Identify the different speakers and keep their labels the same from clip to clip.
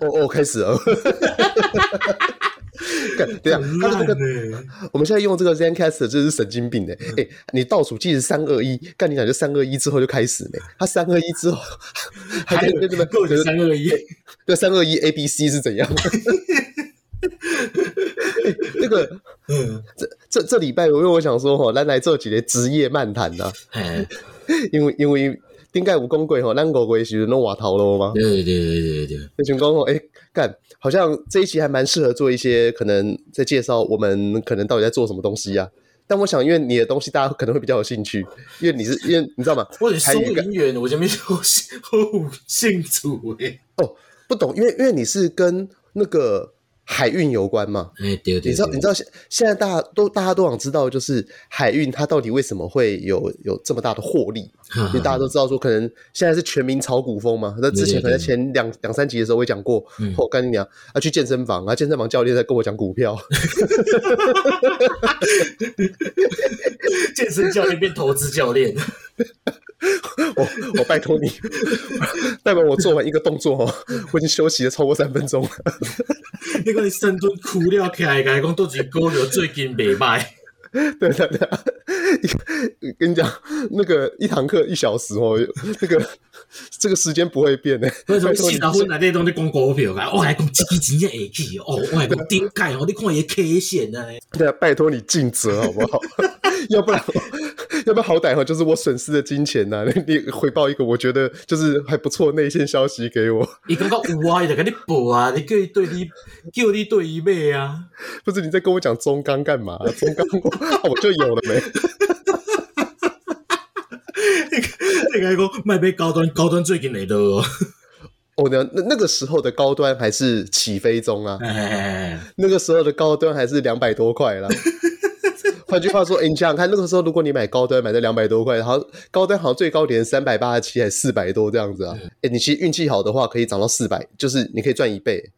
Speaker 1: 哦哦，开始了。干对啊，他的那个，
Speaker 2: 个
Speaker 1: 我们现在用这个 Zencast 真是神经病的。
Speaker 2: 嗯
Speaker 1: 哎、你倒数计时三二一，干你讲就三二一之后就开始没？他三二一之后还
Speaker 2: 还
Speaker 1: 在
Speaker 2: 有
Speaker 1: 那边
Speaker 2: 够三二一，
Speaker 1: 对三二一 A B C 是怎样？ 哎那个
Speaker 2: 嗯，
Speaker 1: 这这这礼拜，因为我想说吼，咱来做几个职业漫谈呐、
Speaker 2: 哎，
Speaker 1: 因为因为顶盖有讲过吼，咱五月时阵拢外头咯嘛，
Speaker 2: 对对对对对，
Speaker 1: 就想讲吼，哎、干，好像这一期还蛮适合做一些可能在介绍我们可能到底在做什么东西啊。但我想，因为你的东西大家可能会比较有兴趣，因为你是因为你知道吗？
Speaker 2: 我得
Speaker 1: 台
Speaker 2: 收
Speaker 1: 语
Speaker 2: 银元，我这边后后信主哎，
Speaker 1: 不懂，因为因为你是跟那个海运有关嘛。
Speaker 2: 哎对对，
Speaker 1: 你知道，你知
Speaker 2: 道，
Speaker 1: 道现现在大家都大家都想知道，就是海运它到底为什么会有有这么大的获利？
Speaker 2: 啊
Speaker 1: 因为大家都知道说，可能现在是全民炒股风嘛。那之前可能在前两两三集的时候，我也讲过
Speaker 2: 嗯，
Speaker 1: 我跟你讲，啊，去健身房啊，健身房教练在跟我讲股票，
Speaker 2: 健身教练变投资教练，
Speaker 1: 我我拜托你，代表我做完一个动作哦，我已经休息了超过三分钟了。
Speaker 2: 那个深蹲哭了起来，讲都是高流最近袂歹，
Speaker 1: 对对对，一跟你讲，那个一堂课一小时哦，那个这个时间不会变的。
Speaker 2: 为什么
Speaker 1: 拜
Speaker 2: 四
Speaker 1: 托你
Speaker 2: 十分内底拢在讲股票啊？我还讲这支真正会去哦，我还讲顶盖哦，你看伊 K 线啊，
Speaker 1: 对啊，拜托你尽责好不好？ 要不然，要不然好歹哈，就是我损失的金钱呐、 你回报一个我觉得就是还不错内线消息给我，
Speaker 2: 伊感觉有啊，伊就甲你报啊，你叫伊对你叫你对伊买啊。
Speaker 1: 不是你在跟我讲中钢干嘛？中钢 我、啊我就有了没？
Speaker 2: 应该讲卖杯高端，高端最近来的哦。
Speaker 1: 哦，那那那个时候的高端还是起飞中啊，
Speaker 2: 哎，
Speaker 1: 那个时候的高端还是两百多块 啦。换句话说，诶你想想看，那个时候如果你买高端，买在两百多块，好像高端好像最高点三百八十七还四百多这样子啊。哎、你其实运气好的话，可以涨到四百，就是你可以赚一倍。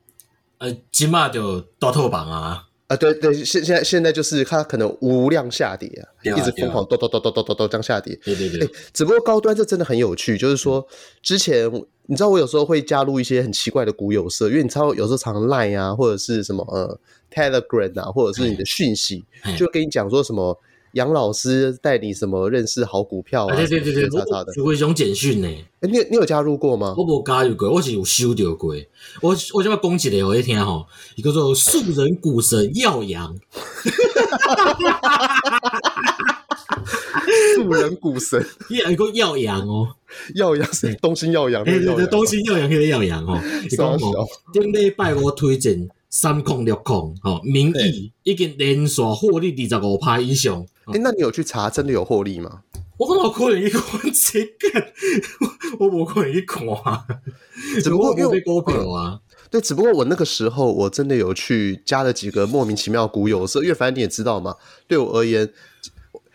Speaker 2: 呃，今嘛就大套房啊，
Speaker 1: 啊，对对，现现在现在就是它可能无量下跌啊，
Speaker 2: 对啊
Speaker 1: 一直
Speaker 2: 对啊
Speaker 1: 疯狂咚咚咚咚咚咚咚这样下跌。
Speaker 2: 对对对，
Speaker 1: 只不过高端这真的很有趣，就是说
Speaker 2: 嗯
Speaker 1: 之前你知道我有时候会加入一些很奇怪的股友社，因为你知道有时候常 Line 啊，或者是什么呃 Telegram 啊，或者是你的讯息
Speaker 2: 哎，
Speaker 1: 就跟你讲说什么杨老师带你什么认识好股票
Speaker 2: 啊
Speaker 1: 啊，
Speaker 2: 对对对对，
Speaker 1: 什么叉叉的
Speaker 2: 我。有过一种简讯呢，
Speaker 1: 哎你有你有加入过吗
Speaker 2: 我？无加入过，我是有收到过。我我这要讲一个，我一听吼，伊叫做素人股神耀阳，
Speaker 1: 素人股神
Speaker 2: 伊有个耀阳哦，
Speaker 1: 耀阳是东兴耀阳，
Speaker 2: 哎对
Speaker 1: 耀
Speaker 2: 对，
Speaker 1: 阳
Speaker 2: 东兴耀阳迄个耀阳哦，伊讲
Speaker 1: 傻小
Speaker 2: 哦，顶礼拜我推荐三控六控哦，名义已经连续获利二十五趴以上。哦
Speaker 1: 哎，那你有去查真的有获利吗？
Speaker 2: 我讲我可能去看这个，我我无可能去看啊。
Speaker 1: 只不过
Speaker 2: 我
Speaker 1: 因
Speaker 2: 没
Speaker 1: 为
Speaker 2: 股票啊，
Speaker 1: 对，只不过我那个时候我真的有去加了几个莫名其妙的股友社，因为反正你也知道嘛，对我而言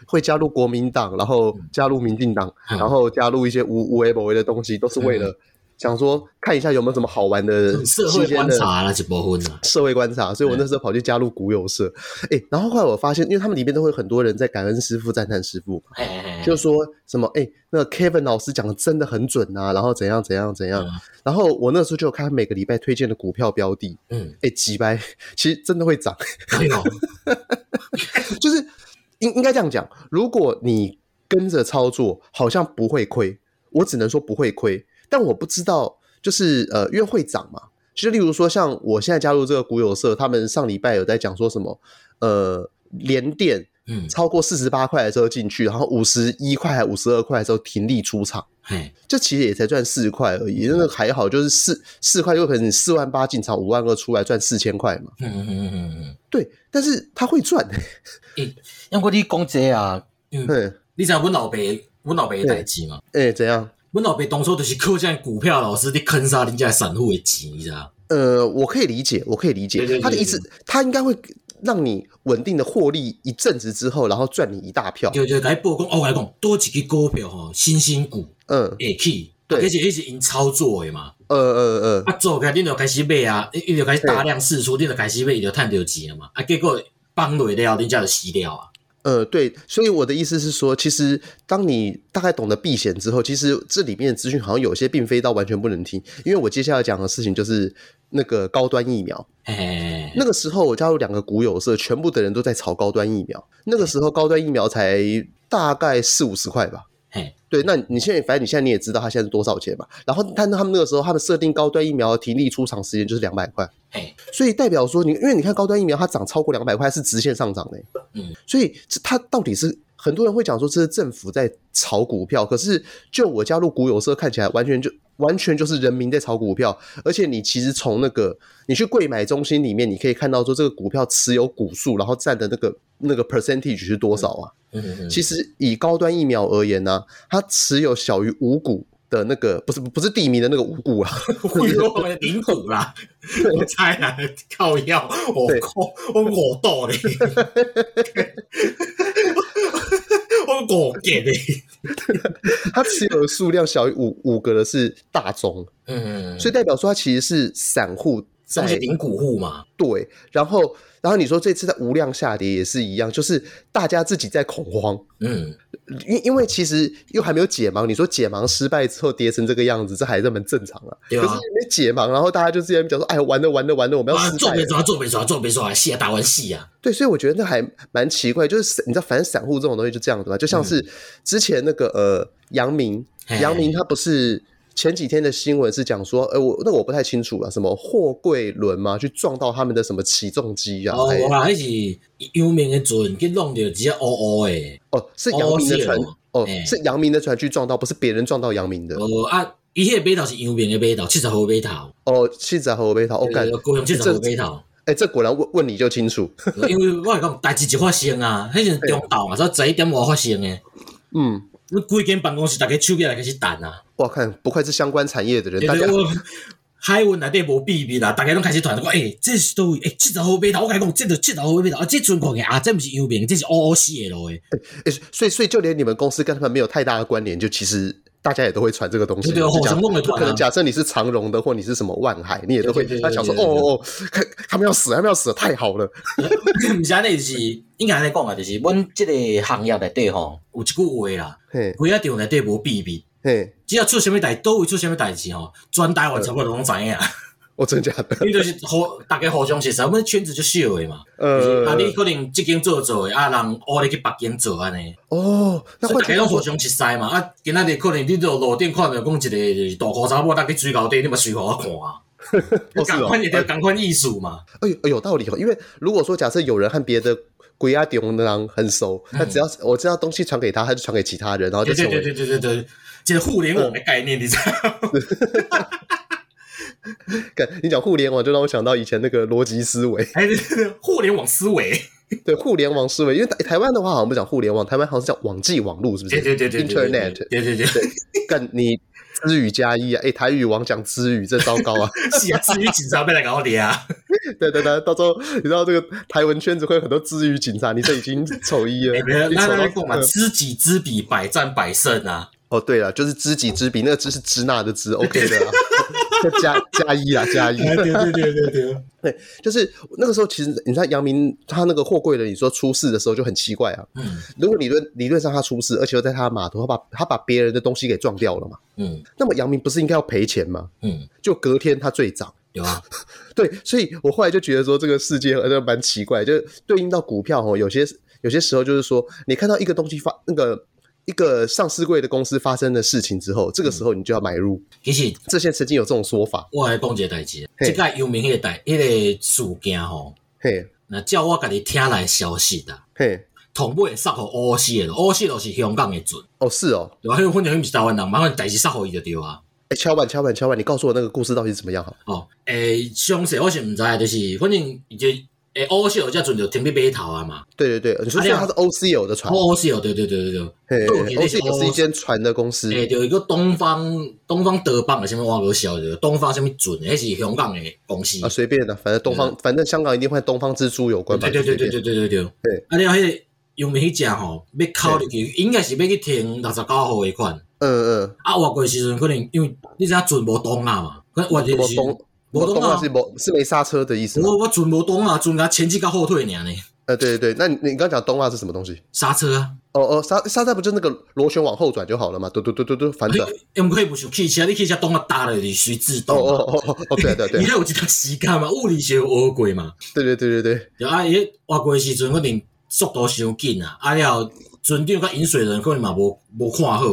Speaker 1: 会加入国民党，然后加入民进党，
Speaker 2: 嗯
Speaker 1: 然后加入一些无无为不为的东西，都是为了想说看一下有没有什么好玩的
Speaker 2: 嗯社会
Speaker 1: 期间
Speaker 2: 观
Speaker 1: 的
Speaker 2: 察啦一部分啊。
Speaker 1: 社会观察，所以我那时候跑去加入股友社，哎，然后后来我发现，因为他们里面都会有很多人在感恩师傅、赞叹师傅，
Speaker 2: 嘿嘿嘿
Speaker 1: 就说什么哎、欸那个 Kevin 老师讲的真的很准啊，然后怎样怎样怎样。
Speaker 2: 嗯
Speaker 1: 然后我那时候就有看他每个礼拜推荐的股票标的，
Speaker 2: 嗯，
Speaker 1: 哎、几百，其实真的会涨。
Speaker 2: 哎呦，
Speaker 1: 就是应应该这样讲，如果你跟着操作，好像不会亏。我只能说不会亏，但我不知道，就是呃，因为会涨嘛。就例如说，像我现在加入这个股友社，他们上礼拜有在讲说什么，呃，联电
Speaker 2: 嗯，
Speaker 1: 超过四十八块的时候进去，然后五十一块还五十二块的时候停利出场，
Speaker 2: 嘿，
Speaker 1: 这其实也才赚四十块而已，那个还好，就是四四块就可能四万八进场，五万二出来赚四千块嘛。
Speaker 2: 嗯嗯嗯嗯嗯。
Speaker 1: 对，但是他会赚，
Speaker 2: 因为你讲这啊，嗯，
Speaker 1: 嗯，
Speaker 2: 你知道阮老爸，阮老爸的代志嘛？
Speaker 1: 哎、怎样？
Speaker 2: 阮老爸当初就是靠这样股票老师伫坑杀人家的散户的钱，你知道？
Speaker 1: 呃，我可以理解，我可以理解
Speaker 2: 对对对
Speaker 1: 他的意思，他应该会让你稳定的获利一阵子之后，然后赚你一大票。
Speaker 2: 就就甲伊报讲，哦我甲你讲多一支股票吼，新兴股
Speaker 1: 嗯，
Speaker 2: 会起，
Speaker 1: 对
Speaker 2: 而且迄是因操作的嘛。
Speaker 1: 呃呃呃，
Speaker 2: 啊，做起来恁就开始买啊，伊伊就开始大量试出，恁就开始买，伊就趁着钱啊嘛。啊，结果放落了，恁才就死了啊。
Speaker 1: 呃，对，所以我的意思是说，其实当你大概懂得避险之后，其实这里面的资讯好像有些并非到完全不能听，因为我接下来讲的事情就是那个高端疫苗。
Speaker 2: 哎，
Speaker 1: 那个时候我加入两个股友社，全部的人都在炒高端疫苗。那个时候高端疫苗才大概四五十块吧。
Speaker 2: 嘿，
Speaker 1: 对，那你现在反正你现在你也知道它现在是多少钱嘛。然后，但他们那个时候他们设定高端疫苗的停利出厂时间就是两百块，
Speaker 2: 嘿，
Speaker 1: 所以代表说你因为你看高端疫苗它涨超过两百块是直线上涨的、欸
Speaker 2: 嗯，
Speaker 1: 所以这它到底是很多人会讲说这是政府在炒股票，可是就我加入股友社看起来完全就完全就是人民在炒股票，而且你其实从那个你去贵买中心里面，你可以看到说这个股票持有股数，然后占的那个那个 percentage 是多少啊？
Speaker 2: 嗯嗯嗯，
Speaker 1: 其实以高端疫苗而言呢、它持有小于五股的那个，不是不是地名的那个五股啊，
Speaker 2: 会有灵骨啦，我猜啦，靠药，我
Speaker 1: 对
Speaker 2: 靠，我五度嘞，我五结嘞，
Speaker 1: 它持有的数量小于五五个的是大宗，
Speaker 2: 嗯，
Speaker 1: 所以代表说它其实是散户
Speaker 2: 这不是
Speaker 1: 在
Speaker 2: 灵骨户嘛？
Speaker 1: 对，然后然后你说这次的无量下跌也是一样，就是大家自己在恐慌。
Speaker 2: 嗯，
Speaker 1: 因因为其实又还没有解盲，你说解盲失败之后跌成这个样子，这还是蛮正常啊。
Speaker 2: 对
Speaker 1: 可
Speaker 2: 啊
Speaker 1: 是因为解盲，然后大家就之前讲说，哎，完了完了完了，我们要
Speaker 2: 啊，
Speaker 1: 失
Speaker 2: 做
Speaker 1: 败
Speaker 2: 没
Speaker 1: 了。
Speaker 2: 做，做没做，做没做，戏啊，打完戏啊，
Speaker 1: 对，所以我觉得那还蛮奇怪，就是散你知道，反正散户这种东西就这样子嘛，就像是之前那个呃，杨明
Speaker 2: 嗯嘿，
Speaker 1: 杨明他不是前几天的新闻是讲说，呃，我那个我不太清楚了，什么货柜轮嘛，去撞到他们的什么起重机啊，
Speaker 2: 哦，
Speaker 1: 还
Speaker 2: 我啦，迄是幽冥的船，去弄着只乌乌的，
Speaker 1: 哦，是杨明的船
Speaker 2: 哦是哦，
Speaker 1: 哦
Speaker 2: 哎，
Speaker 1: 是杨明的船去撞到，不是别人撞到杨明的，
Speaker 2: 哦啊，伊迄个码头是幽冥的码头，七十号码头，
Speaker 1: 哦，妻子和我被逃，我干
Speaker 2: 对，高雄七十号码头。呃
Speaker 1: 哎，这果然问问你就清楚，
Speaker 2: 因为我是讲代志就发生啊，迄阵中昼嘛，才十一点外发生诶。
Speaker 1: 嗯，
Speaker 2: 你规间办公室大家手机来开始弹啊，
Speaker 1: 哇，看不愧是相关产业的人，
Speaker 2: 对
Speaker 1: 大家
Speaker 2: 对，我海运内底无秘密啦，大家拢开始传讲，诶、这是倒位，诶、七十号码头，我甲你讲，这着七十号码头，啊，这阵看起来啊，这毋是幽冥，这是乌乌死诶 路诶。
Speaker 1: 欸，所以所以就连你们公司跟他们没有太大的关联，就其实大家也都会传这个东西。
Speaker 2: 对对
Speaker 1: 就
Speaker 2: 吼
Speaker 1: 假
Speaker 2: 什么都会
Speaker 1: 就
Speaker 2: 传啊
Speaker 1: 可能假设你是长荣的，或你是什么万海，你也都会
Speaker 2: 对对对
Speaker 1: 他想说
Speaker 2: 对对对
Speaker 1: 哦哦，哦看他们要死，他们要死，太好了。
Speaker 2: 毋是安尼，就是应该安尼讲啊，就是阮即个行业内底吼，有一句话啦，
Speaker 1: 嘿
Speaker 2: 规啊场内底无秘密，
Speaker 1: 嘿，
Speaker 2: 只要出啥物代，倒位出啥物代志吼，全台湾差不多拢知影啊。
Speaker 1: 哦，真的假的？
Speaker 2: 伊就是互 大家互相熟识，我们圈子就小诶嘛。
Speaker 1: 呃
Speaker 2: 啊，你可能即间做做诶，啊，人乌咧去别间做安尼，
Speaker 1: 哦，那
Speaker 2: 所以
Speaker 1: 换
Speaker 2: 大家拢
Speaker 1: 成
Speaker 2: 互
Speaker 1: 说，
Speaker 2: 相熟识嘛。啊，今仔日可能你到路顶看着讲一个就是大裤查某，搭去水沟底，你嘛水互我看啊。
Speaker 1: 哦是
Speaker 2: 共
Speaker 1: 哦
Speaker 2: 款一条共款艺术嘛，
Speaker 1: 哎呦，哎有道理哦。因为如果说假设有人和别的鬼啊阿迪红的狼很熟，那只要是我知道东西传给他，他就传给其他人，然后就
Speaker 2: 嗯对
Speaker 1: 成
Speaker 2: 对对
Speaker 1: 为
Speaker 2: 对对对对，即个互联网的概念，你知道
Speaker 1: 嗯
Speaker 2: 吗？
Speaker 1: 干。你讲互联网，就让我想到以前那个逻辑思维。
Speaker 2: 哎，对对对互联网思维，
Speaker 1: 对互联网思维，因为台台湾的话好像不讲互联网，台湾好像是叫网际网络，是不是？
Speaker 2: 对对对对对对
Speaker 1: Internet。
Speaker 2: 对对对，
Speaker 1: 干你知语加一啊！哎、台语网讲知语，这糟糕啊！
Speaker 2: 是啊，至于警察要来搞你啊，
Speaker 1: 对对对，到时候你知道这个台湾圈子会有很多知语警察，你这已经丑一 了
Speaker 2: 哎，别，
Speaker 1: 你
Speaker 2: 那那
Speaker 1: 丑到嗯
Speaker 2: 来讲嘛，知己知彼，百战百胜啊。
Speaker 1: 哦，对了，就是知己知彼，那个知是支那的知，OK 的啦，啊 加加一啦，加一。
Speaker 2: 哎对对对对对，
Speaker 1: 对，就是那个时候，其实你看杨明他那个货柜的，你说出事的时候就很奇怪啊。
Speaker 2: 嗯
Speaker 1: 如果理论理论上他出事，而且又在他的码头，他把他把别人的东西给撞掉了嘛，
Speaker 2: 嗯
Speaker 1: 那么杨明不是应该要赔钱吗？
Speaker 2: 嗯，
Speaker 1: 就隔天他最涨。
Speaker 2: 有啊，
Speaker 1: 对，所以我后来就觉得说这个世界呃蛮奇怪，就对应到股票哦，有些有些时候就是说，你看到一个东西发那个一个上市柜的公司发生的事情之后，这个时候你就要买入。
Speaker 2: 其实
Speaker 1: 这些曾经有这种说法，
Speaker 2: 我来讲一个代志，啊
Speaker 1: 嘿
Speaker 2: 即个幽冥迄个代，迄、个事件吼，
Speaker 1: 嘿
Speaker 2: 那照我家己听来的消息啦，
Speaker 1: 嘿，
Speaker 2: 同尾会塞互乌死的，乌死就是香港的船，
Speaker 1: 哦是哦，
Speaker 2: 对吧？迄反正毋是台湾人嘛，反正代志塞互伊就对啊。
Speaker 1: 哎敲碗敲碗敲碗，你告诉我那个故事到底是怎么样好？
Speaker 2: 哦，诶、详细我是毋知道，就是反正伊就诶乌死的这船就停伫码头啊嘛，
Speaker 1: 对对对，你说
Speaker 2: 啊
Speaker 1: 说它是 OCL 的船，
Speaker 2: 乌死的对对对对对，
Speaker 1: 嘿
Speaker 2: 哦对哦哎我觉得是
Speaker 1: OCL 是一间船的公司，
Speaker 2: 诶、就一个东方东方德邦的什么我无晓得，东方什么船，迄是香港的公司。
Speaker 1: 啊随便的，反正东方，反正香港一定会和东方之珠有关吧？
Speaker 2: 嗯对对对对
Speaker 1: 随便
Speaker 2: 对对对对。
Speaker 1: 对
Speaker 2: 啊，你迄个用的迄只吼，要考入去，应该是要去停六十九号迄款。
Speaker 1: 嗯嗯，
Speaker 2: 啊，越过的时阵可能因为你知影船无动啊嘛，可能越过
Speaker 1: 什么
Speaker 2: 的时
Speaker 1: 东
Speaker 2: 无
Speaker 1: 东
Speaker 2: 动啊
Speaker 1: 是。无是没刹车的意思吗？
Speaker 2: 我我船无动啊，船甲前进甲后退尔呢。
Speaker 1: 呃，对对对，那你你刚讲东啊蜡是什么东西？
Speaker 2: 刹车啊，
Speaker 1: 哦哦，刹刹车不就那个螺旋往后转就好了嘛？嘟嘟嘟嘟嘟，反转。
Speaker 2: 因为不是有汽车，你汽车当啊打了就是随自
Speaker 1: 哦
Speaker 2: 动
Speaker 1: 哦
Speaker 2: 嘛。
Speaker 1: 哦哦哦，对对对
Speaker 2: 伊有一段时间嘛，物理学有学过嘛，
Speaker 1: 对对对对对，
Speaker 2: 对啊，伊划过的时阵可能速度伤紧啊，啊了船长甲引水人可能嘛无无看好，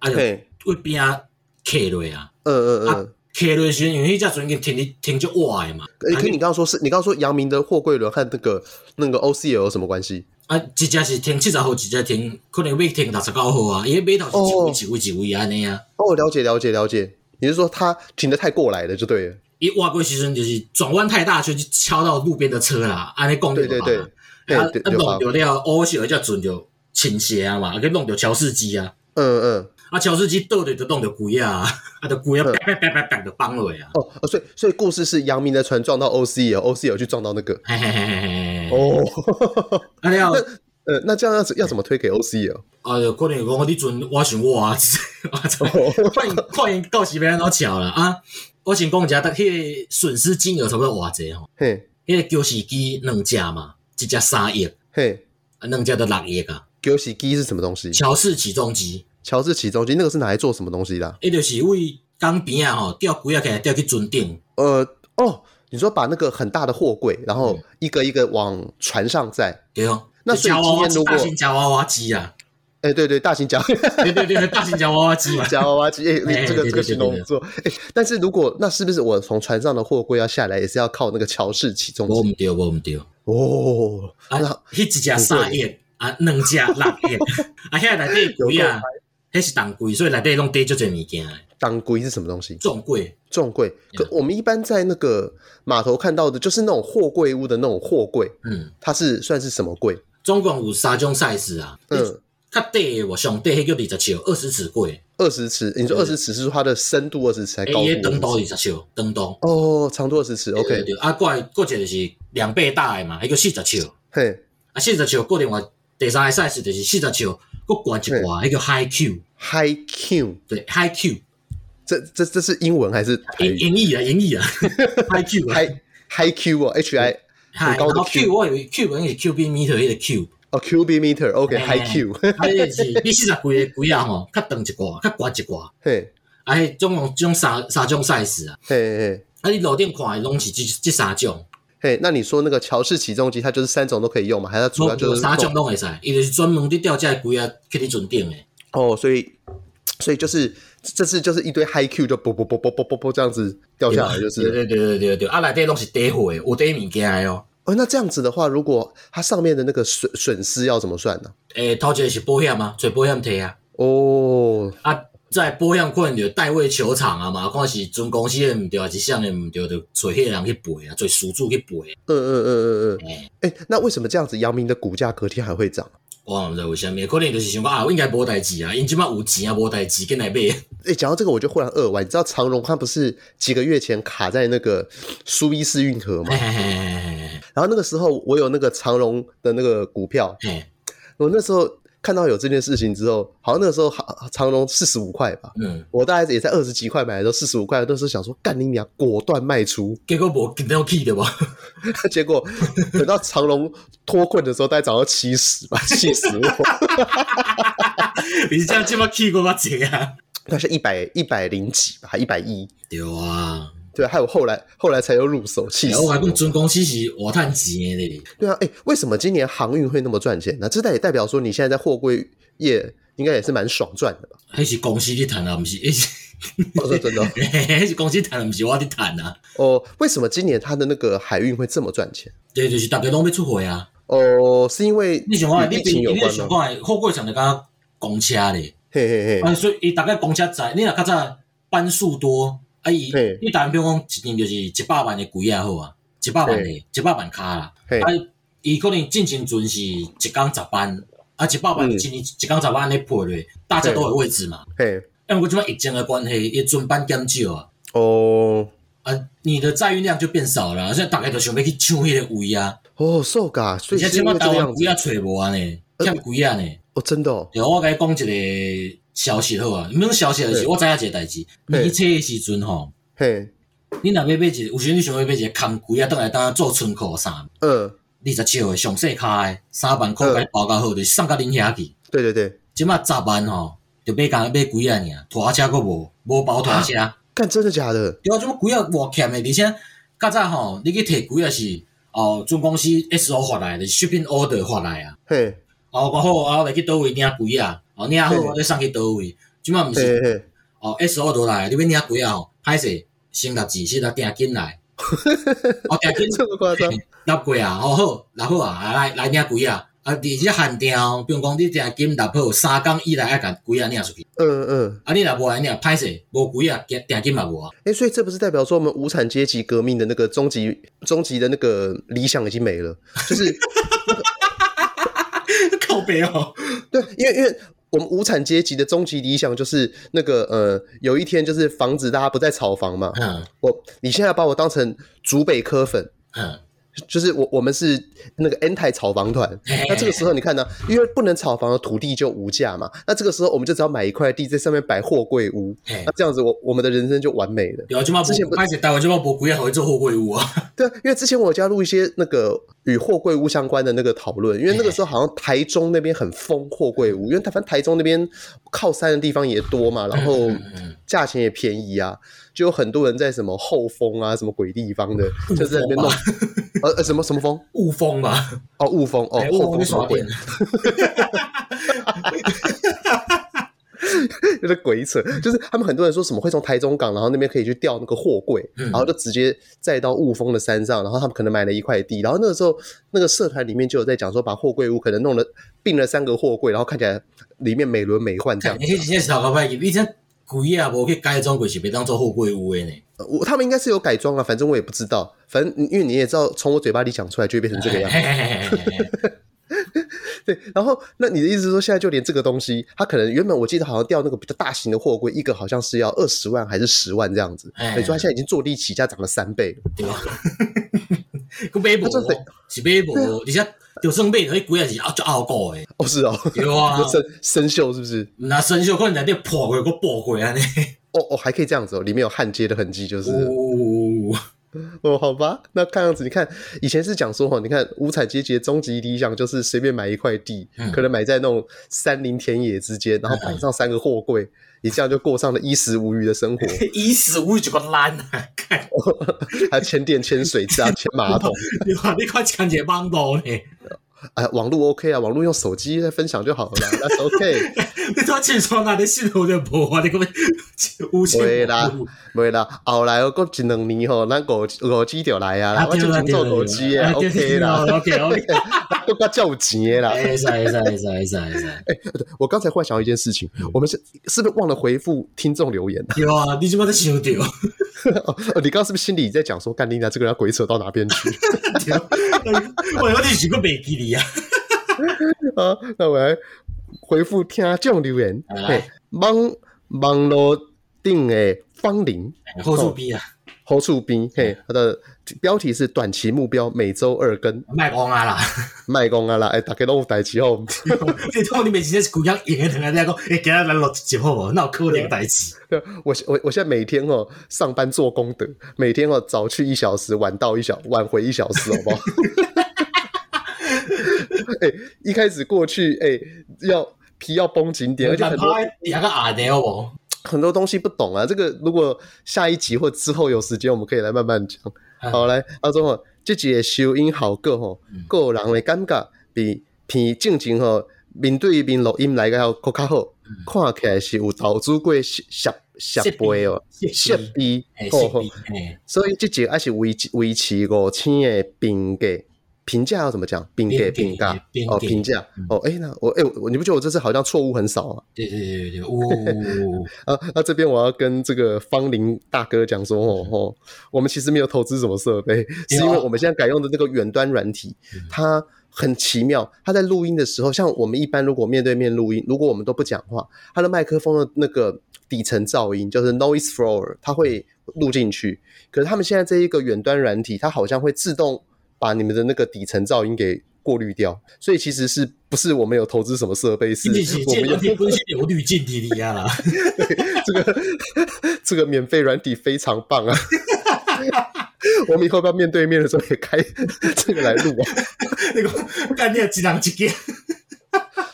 Speaker 2: 啊就
Speaker 1: 嘿，
Speaker 2: 会边啊磕落啊，
Speaker 1: 呃呃呃
Speaker 2: 啊。磕落的时阵因为迄只船已经停伫停就歪的嘛，
Speaker 1: 诶，可是你刚刚说是你刚刚说阳明的货柜轮和那个那个 OCL 有什么关系？
Speaker 2: 啊一只是停七十号，一只停可能要停六十九号啊，伊尾头是一位一位一位安尼啊，
Speaker 1: 哦，了解了解了解，你是说他停的太过来了就对了。
Speaker 2: 伊划过的时阵就是转弯太大，就去敲到路边的车啦，安尼讲
Speaker 1: 对
Speaker 2: 就
Speaker 1: 对
Speaker 2: 好
Speaker 1: 对
Speaker 2: 啦，
Speaker 1: 对
Speaker 2: 啊啊
Speaker 1: 对有
Speaker 2: 弄
Speaker 1: 吧？
Speaker 2: 着了，乌是有一只船就倾斜啊嘛，啊去弄着乔氏机啊。
Speaker 1: 嗯嗯。
Speaker 2: 啊，乔斯基倒着就弄着鬼啊， 啊，就鬼啊，
Speaker 1: 嗯
Speaker 2: 啪啪啪啪啪就崩落啊，
Speaker 1: 哦，呃所以所以故事是阳明的船撞到 OCL，OCL 去撞到那个。
Speaker 2: 嘿嘿嘿嘿嘿嘿，
Speaker 1: 哦，
Speaker 2: 啊了，
Speaker 1: 呃，那这样要怎要怎么推给 OCL？
Speaker 2: 啊就可能讲你阵我想我啊， 啊，操
Speaker 1: 哦
Speaker 2: 看因看因到时要安怎巧啦啊！我先讲一下，迄个损失金额差不多偌济吼，
Speaker 1: 嘿
Speaker 2: 迄个旧时机两只嘛，一只三亿，啊，
Speaker 1: 嘿，
Speaker 2: 两只都六亿啊。
Speaker 1: 给我洗机是什么东西？
Speaker 2: 乔氏起重机，
Speaker 1: 乔治起重机那个是拿来做什么东西的啊？
Speaker 2: 伊就是为江边啊吼吊鬼啊起来吊去船顶，
Speaker 1: 呃，哦，你说把那个很大的货柜，
Speaker 2: 嗯
Speaker 1: 然后一个一个往船上载。
Speaker 2: 对哦。
Speaker 1: 那所以
Speaker 2: 夹娃娃
Speaker 1: 今天如果
Speaker 2: 大型夹娃娃机啊，
Speaker 1: 哎，对对，大 型夹，
Speaker 2: 对对对，大型夹娃娃机嘛
Speaker 1: 夹娃娃机，哎，
Speaker 2: 哎
Speaker 1: 你这个
Speaker 2: 对对
Speaker 1: 这
Speaker 2: 对
Speaker 1: 个形
Speaker 2: 对
Speaker 1: 容
Speaker 2: 对
Speaker 1: 不错。哎，但是如果那是不是我从船上的货柜要下来，也是要靠那个乔氏起重
Speaker 2: 无
Speaker 1: 机？
Speaker 2: 毋对，无毋对。
Speaker 1: 哦，
Speaker 2: 啊
Speaker 1: 那，
Speaker 2: 迄一只三叶，啊，两只 六叶，啊，遐内底贵啊，迄是当贵，所以内底拢缀足侪物件的，
Speaker 1: 当归是什么东西？
Speaker 2: 重贵。
Speaker 1: 重柜。
Speaker 2: 嗯
Speaker 1: 可我们一般在那个码头看到的，就是那种货柜屋的那种货柜，
Speaker 2: 嗯，
Speaker 1: 它是算是什么柜？
Speaker 2: 总共有三种 size 啊，
Speaker 1: 嗯，
Speaker 2: 较短的我上短迄叫二十尺，二十尺贵，
Speaker 1: 二十尺。你说
Speaker 2: 对
Speaker 1: 二十尺是说它的深度二十尺，还
Speaker 2: 诶，
Speaker 1: 是高
Speaker 2: 伊迄长
Speaker 1: 度
Speaker 2: 度
Speaker 1: 20
Speaker 2: 二
Speaker 1: 尺？
Speaker 2: 十尺，长度。
Speaker 1: 哦，长度二十尺。
Speaker 2: 对
Speaker 1: OK，
Speaker 2: 对，啊，过来过一个就是两倍大诶嘛，迄叫四十尺，
Speaker 1: 嘿
Speaker 2: 啊，四十尺过另外第三个 size 就是四十尺，佫悬一
Speaker 1: 嗯
Speaker 2: 寡，迄叫 high Q，
Speaker 1: ，High Q，
Speaker 2: 对 high Q，
Speaker 1: 这这这是英文还是台
Speaker 2: 英
Speaker 1: 语
Speaker 2: 英译啊，英 译啊，high Q 啊，
Speaker 1: ？High High Q 哦，H I
Speaker 2: 嗨，
Speaker 1: 很高
Speaker 2: 然
Speaker 1: 的
Speaker 2: 后
Speaker 1: Q
Speaker 2: Q 我以为 Q 可能是 Q 边 meter 迄个 Q。
Speaker 1: 哦，cubic meter，OK
Speaker 2: 哎
Speaker 1: High Q，
Speaker 2: 啊，迄是你四十几个几啊吼，较长一寡，较悬一寡，
Speaker 1: 嘿
Speaker 2: 啊，迄总共种三三种 size 啊，
Speaker 1: 嘿嘿
Speaker 2: 啊，你路顶看的拢是即即三种，
Speaker 1: 嘿。那你说那个乔氏起重机，它就是三种都可以用吗？还是它主要
Speaker 2: 无
Speaker 1: 就
Speaker 2: 无
Speaker 1: 是
Speaker 2: 哦三
Speaker 1: 做
Speaker 2: 种拢会使，伊就是专门伫吊遮几啊去你船顶的，
Speaker 1: 哦，所以所以就是这次就是一堆 high Q 就啵啵啵啵啵啵啵这样子掉下来，就
Speaker 2: 对
Speaker 1: 是。
Speaker 2: 对对对对对，啊，内底拢是底货的，有底物件的哦，
Speaker 1: 哦，那这样子的话，如果它上面的那个损损失要怎么算呢？
Speaker 2: 诶，头一个是保险啊，找保险摕啊，
Speaker 1: 哦，
Speaker 2: 啊，在保险可能就代位球场啊嘛，看是船公司的毋对，还是啥的毋对，就找迄个人去赔啊，找事主去赔，
Speaker 1: 嗯嗯嗯嗯嗯，
Speaker 2: 诶，
Speaker 1: 哎、那为什么这样子，阳明的股价隔天还会涨？
Speaker 2: 我嘛毋知为虾米，可能就是想讲啊，我应该无代志啊，因即摆有钱啊，无代志，紧来买。
Speaker 1: 哎、讲到这个，我就忽然扼腕。你知道长荣它不是几个月前卡在那个苏伊士运河吗？
Speaker 2: 哎
Speaker 1: 然后那个时候我有那个长荣的那个股票，
Speaker 2: 哎，
Speaker 1: 我那时候看到有这件事情之后，好像那个时候长长荣四十五块吧，
Speaker 2: 嗯，
Speaker 1: 我大概也在二十几块买的时候，四十五块，那时候想说干你娘，果断卖出。
Speaker 2: 结果无跟到去对吧？
Speaker 1: 结果等到长隆脱困的时候，大概涨到七十吧，气死我！
Speaker 2: 你这样即摆去过我济啊？
Speaker 1: 那是一百一百零几吧，还一百一。
Speaker 2: 对啊，哎
Speaker 1: 对，还有后来后来才又入手，气死
Speaker 2: 我还
Speaker 1: 我！
Speaker 2: 讲准公司是活趁钱的咧，
Speaker 1: 对啊，哎、为什么今年航运会那么赚钱呢？这代也代表说你现在在货柜业应该也是蛮爽赚的吧？
Speaker 2: 迄是公司去趁啊，毋是？ 迄是
Speaker 1: 我说真的哦
Speaker 2: 迄是公司趁，毋是我伫趁啊。
Speaker 1: 哦，为什么今年它的那个海运会这么赚钱？
Speaker 2: 对，就是逐个拢要出货啊。
Speaker 1: 哦，是因为
Speaker 2: 你想看，
Speaker 1: 与
Speaker 2: 你
Speaker 1: 疫情有
Speaker 2: 你
Speaker 1: 关
Speaker 2: 想
Speaker 1: 吗？
Speaker 2: 看，货柜上就敢公车咧，
Speaker 1: 嘿嘿嘿，
Speaker 2: 啊，所以伊逐个公车载，你若较早班数多，啊伊
Speaker 1: 嘿
Speaker 2: 你单比如讲一年就是一百万的柜啊好啊，一百万的一百万卡啦。
Speaker 1: 嘿
Speaker 2: 啊，，伊可能进前阵是一工十班，啊，一百班
Speaker 1: 嗯
Speaker 2: 一年一工十班安尼配落，大家都有位置嘛。
Speaker 1: 嘿，
Speaker 2: 因为我即摆疫情的关系，伊准班减少啊，
Speaker 1: 哦，
Speaker 2: 啊，你的载运量就变少了啊，所以大家都想要去抢迄个位啊。
Speaker 1: 哦，受噶，所
Speaker 2: 而
Speaker 1: 以
Speaker 2: 且
Speaker 1: 是
Speaker 2: 即
Speaker 1: 因
Speaker 2: 摆
Speaker 1: 为这
Speaker 2: 台
Speaker 1: 个
Speaker 2: 湾
Speaker 1: 样子呃
Speaker 2: 鬼啊找无啊呢，欠鬼啊呢。
Speaker 1: 哦，真的哦，
Speaker 2: 对，我甲你讲一个消息好啊，毋免消息就是
Speaker 1: 嘿
Speaker 2: 我知影一个代志，
Speaker 1: 嘿
Speaker 2: 年车的时阵吼，
Speaker 1: 嘿，
Speaker 2: 你若要买一个，有时候你想要买一个空鬼啊，倒来当做春裤衫，
Speaker 1: 嗯。
Speaker 2: 你二十七岁上细卡诶，三万
Speaker 1: 呃
Speaker 2: 块甲你包较好，就是送到恁遐去。
Speaker 1: 对对对，
Speaker 2: 即马十万吼，就买甲买几啊尔，拖车佫无，无包拖车。
Speaker 1: 干真的假的？
Speaker 2: 对啊，即马几啊偌欠诶，而且较早吼，你去摕几啊是哦，准公司 S O 发来，就是 shipping order 发来啊。
Speaker 1: 嘿
Speaker 2: 哦，我好，啊，我来去倒位领几啊，哦，领好
Speaker 1: 对
Speaker 2: 我再送去倒位。即马毋是
Speaker 1: 嘿嘿，
Speaker 2: 哦，S O 落来，你要领几啊吼，歹势先立字，先来定金来。哦，定金
Speaker 1: 这么夸 张？
Speaker 2: 六过啊，好好，六好啊，啊来来领几啊？啊，而且限定哦，比如讲你定金六好，三工以内爱甲几啊领出去。
Speaker 1: 嗯嗯，
Speaker 2: 啊，你若无来领，歹势无几啊，定定金嘛无啊。
Speaker 1: 哎，所以这不是代表说我们无产阶级革命的那个终极终极的那个理想已经没了？就是
Speaker 2: 靠背哦，
Speaker 1: 对，因为因为我们无产阶级的终极理想就是那个呃，有一天就是防止大家不再炒房嘛。
Speaker 2: 嗯
Speaker 1: 我你现在把我当成竹北科粉，
Speaker 2: 嗯，
Speaker 1: 就是我我们是那个 anti 炒房团。
Speaker 2: 嘿
Speaker 1: 那这个时候你看呢，因为不能炒房的土地就无价嘛。那这个时候我们就只要买一块地，在上面摆货柜屋。
Speaker 2: 嘿
Speaker 1: 那这样子我，我们的人生就完美了。
Speaker 2: 对啊，即马无
Speaker 1: 之前不
Speaker 2: 歹势，台湾即马无几啊，互伊做货柜有啊。
Speaker 1: 对啊，因为之前我有加入一些那个与货柜屋相关的那个讨论，因为那个时候好像台中那边很疯货柜屋，因为台反正台中那边靠山的地方也多嘛，然后
Speaker 2: 嗯嗯
Speaker 1: 价钱也便宜啊，就有很多人在什么后丰啊、什么鬼地方的，就在那边弄
Speaker 2: 雾，
Speaker 1: 呃呃什么什么风
Speaker 2: 雾峰吧，
Speaker 1: 哦雾峰
Speaker 2: 嘿
Speaker 1: 哦后
Speaker 2: 哎雾峰
Speaker 1: 丰
Speaker 2: 去
Speaker 1: 什么
Speaker 2: 耍
Speaker 1: 鬼
Speaker 2: 电，，
Speaker 1: 有点鬼扯，
Speaker 2: 嗯
Speaker 1: 就是他们很多人说什么会从台中港，然后那边可以去调那个货柜，
Speaker 2: 嗯
Speaker 1: 然后就直接载到雾峰的山上，然后他们可能买了一块地，然后那个时候那个社团里面就有在讲说，把货柜屋可能弄了并了三个货柜，然后看起来里面美轮美奂这样
Speaker 2: 看，你。迄真正是头壳歹去，你这几啊无去改装过是袂当做货柜有诶呢。
Speaker 1: 呃我他们应该是有改装啊，反正我也不知道，反正因为你也知道，从我嘴巴里讲出来就会变成这个样子。
Speaker 2: 嘿嘿嘿嘿嘿嘿
Speaker 1: 对，然后那你的意思是说，现在就连这个东西，它可能原本我记得好像调那个比较大型的货柜，一个好像是要二十万还是十万这样子，
Speaker 2: 哎
Speaker 1: 你说它现在已经坐地起价涨了三倍了，
Speaker 2: 对吧？佮买
Speaker 1: 啊这
Speaker 2: 无
Speaker 1: 是
Speaker 2: 是买无，而且就算买，迄几啊是啊足拗过诶，
Speaker 1: 哦是哦，。
Speaker 2: 对啊
Speaker 1: 生生锈是不是？
Speaker 2: 毋若生锈可能内底破过，佮爆过安尼。
Speaker 1: 哦哦，还可以这样子哦，里面有焊接的痕迹，就是了
Speaker 2: 呜，
Speaker 1: 哦，好吧，那看样子，你看以前是讲说哈，你看无产阶级的终极理想就是随便买一块地，
Speaker 2: 嗯
Speaker 1: 可能买在那种山林田野之间，然后摆上三个货柜，你这样就过上了衣食无余的 生活，
Speaker 2: 衣食无就个烂啊！ 看，
Speaker 1: 还牵电牵水闸牵马桶，
Speaker 2: 你看你看看一个网络呢，
Speaker 1: 哎，网络 OK 啊，网络用手机来分享就好了啦，That's OK，
Speaker 2: 你看起床那你信号就无啊！你讲有信
Speaker 1: 对啦
Speaker 2: 无？
Speaker 1: 没啦，后来我过一两年吼，咱五五 G 就来啊啦，我就做五 G 的 OK 啦，
Speaker 2: ，OK OK，
Speaker 1: 都较较有钱的啦。
Speaker 2: 会使会使会使会使会使。
Speaker 1: 我刚才忽然想到一件事情，我们是是不是忘了回复听众留言？
Speaker 2: 对啊，你即马在想着，
Speaker 1: 哦，你刚刚是不是心里在讲说，干你娘这个人要鬼扯到哪边去
Speaker 2: 对我有点是个袂记你啊。
Speaker 1: 啊？那我来回复听众留言。
Speaker 2: 来
Speaker 1: 嘿，网网络顶的芳龄
Speaker 2: 好处比啊，
Speaker 1: 侯处斌，嘿，他的标题是短期目标，每周二更
Speaker 2: 卖讲啊啦。
Speaker 1: 卖公啊啦，哎，大家都有代志哦。
Speaker 2: 你讲你每真正是故乡赢的，同人家讲，诶，哎今日咱录一集好无？那有可能的代志？
Speaker 1: 我我我现在每天哦上班做功德，每天哦早去一小时，晚到一小，晚回一小时，好不 好？哎、一开始过去，哎、要皮要绷紧
Speaker 2: 嗯
Speaker 1: 啊点，而且很多
Speaker 2: 两个阿的好无？
Speaker 1: 很多东西不懂啊。这个如果下一集或之后有时间，我们可以来慢慢讲。
Speaker 2: 嗯
Speaker 1: 好，来阿忠哦，这集的收音效果吼
Speaker 2: 嗯，
Speaker 1: 个人的感觉比比正经吼哦面对面录音来个要更较好，看起来是有投资过设设设备哦，
Speaker 2: 设
Speaker 1: 设
Speaker 2: 备
Speaker 1: 备
Speaker 2: 诶，
Speaker 1: 好
Speaker 2: 是
Speaker 1: 好。
Speaker 2: 诶，
Speaker 1: 哦所以这集还是维持维持五星的评价。评价要怎么讲？评价，
Speaker 2: 评
Speaker 1: 评
Speaker 2: 价
Speaker 1: 价
Speaker 2: 评，价
Speaker 1: 哦，评价，
Speaker 2: 嗯
Speaker 1: 哦，哎、那我，哎、我你不觉得我这次好像错误很少啊？
Speaker 2: 对对对对哦对，呜，
Speaker 1: 啊，那这边我要跟这个方林大哥讲说，哦哦，我们其实没有投资什么设备，是因为我们现在改用的这个远端软体，它很奇妙。它在录音的时候，像我们一般如果面对面录音，如果我们都不讲话，它的麦克风的那个底层噪音就是 noise floor，它会录进去。可是他们现在这一个远端软体，它好像会自动把你们的那个底层噪音给过滤掉，所以其实是不是我们有投资什么设备，是
Speaker 2: 这是
Speaker 1: 我
Speaker 2: 这
Speaker 1: 们有
Speaker 2: 问题本身有滤镜滴滴啊啦，
Speaker 1: 这个这个免费软体非常棒啊！ 我们以后要不要面对面的时候也开这个来录啊？
Speaker 2: 那个干掉几人几件，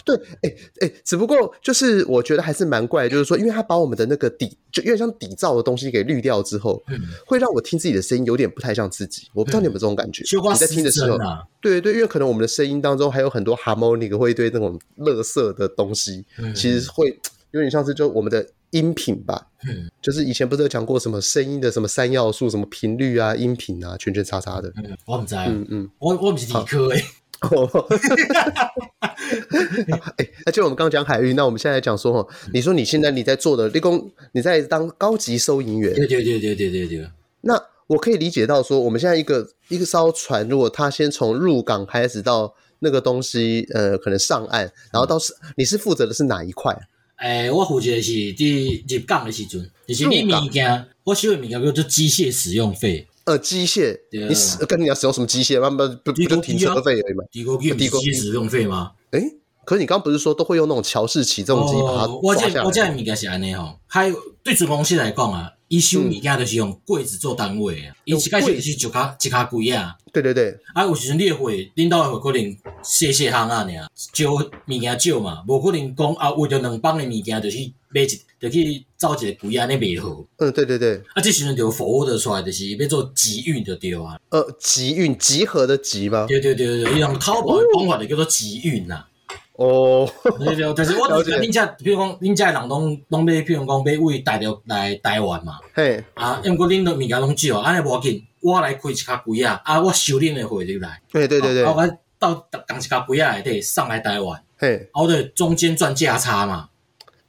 Speaker 1: 对，哎、哎、只不过就是我觉得还是蛮怪的，就是说，因为他把我们的那个底，就有点像底噪的东西给滤掉之后，会让我听自己的声音有点不太像自己。我不知道你有没有这种感觉？
Speaker 2: 修花
Speaker 1: 你在
Speaker 2: 失
Speaker 1: 听的嗯时
Speaker 2: 真
Speaker 1: 候，
Speaker 2: 啊，
Speaker 1: 对对，因为可能我们的声音当中还有很多 harmonic 会对那种乐色的东西，
Speaker 2: 嗯
Speaker 1: 其实会有点像是就我们的音频吧。
Speaker 2: 嗯
Speaker 1: 就是以前不是有讲过什么声音的什么三要素，什么频率啊、音频啊，圈圈叉叉的。
Speaker 2: 嗯，我唔知道，
Speaker 1: 嗯嗯，
Speaker 2: 我我唔是理科诶，
Speaker 1: 哦，哎， 那就我们刚刚讲海域，那我们现在讲说哦，
Speaker 2: 嗯
Speaker 1: 你说你现在你在做的立功，你在当高级收银员，
Speaker 2: 对对对对对对对，
Speaker 1: 那我可以理解到说，我们现在一个一个艘船，如果它先从入港开始到那个东西，呃，可能上岸，然后到是你是负责的是哪一块？啊
Speaker 2: 诶，哎我负责的是伫入港的时阵，就是你
Speaker 1: 入港
Speaker 2: 物件，我收的物件叫做机械使用费，
Speaker 1: 呃，机械，
Speaker 2: 对啊
Speaker 1: 你使跟你要使用什么机械？慢慢不不
Speaker 2: 低
Speaker 1: 就
Speaker 2: 功
Speaker 1: 停
Speaker 2: 机啊
Speaker 1: 车费而已嘛。
Speaker 2: 提供给机
Speaker 1: 提供
Speaker 2: 械使用费吗？
Speaker 1: 诶，可是你刚刚不是说都会用那种桥式起重机把它
Speaker 2: 哦，我
Speaker 1: 抓
Speaker 2: 这
Speaker 1: 下
Speaker 2: 我这
Speaker 1: 来？
Speaker 2: 的物件是安尼吼，还有对准公司来讲啊，伊收物件就是用柜子做单位啊，伊
Speaker 1: 嗯用
Speaker 2: 一开始
Speaker 1: 柜
Speaker 2: 就是
Speaker 1: 子
Speaker 2: 一卡一卡柜啊，
Speaker 1: 对对对，
Speaker 2: 啊有时阵你的货，恁兜的货可能细细项啊尔，少物件少嘛，无可能讲啊为着两磅的物件就去买一，就去走一个柜安尼卖好，
Speaker 1: 嗯，对对对，
Speaker 2: 啊这时阵就 forward 出来，就是要做集运就对啊，
Speaker 1: 呃，集运集合的集吗？
Speaker 2: 对对对对，伊用淘宝的讲法就叫做集运啦。
Speaker 1: 哦，
Speaker 2: 对对，但是我就是讲恁遮，比如讲恁遮的人拢拢买，比如讲买位大陆来台湾嘛，
Speaker 1: 嘿，
Speaker 2: 啊，因过恁的物件拢少，安尼无要紧，我来开一卡柜啊，啊，我收恁的货入来，
Speaker 1: 对对对对
Speaker 2: 啊，，我到同一卡柜啊内底送来台湾，
Speaker 1: 嘿，
Speaker 2: 啊，我就中间赚价差嘛，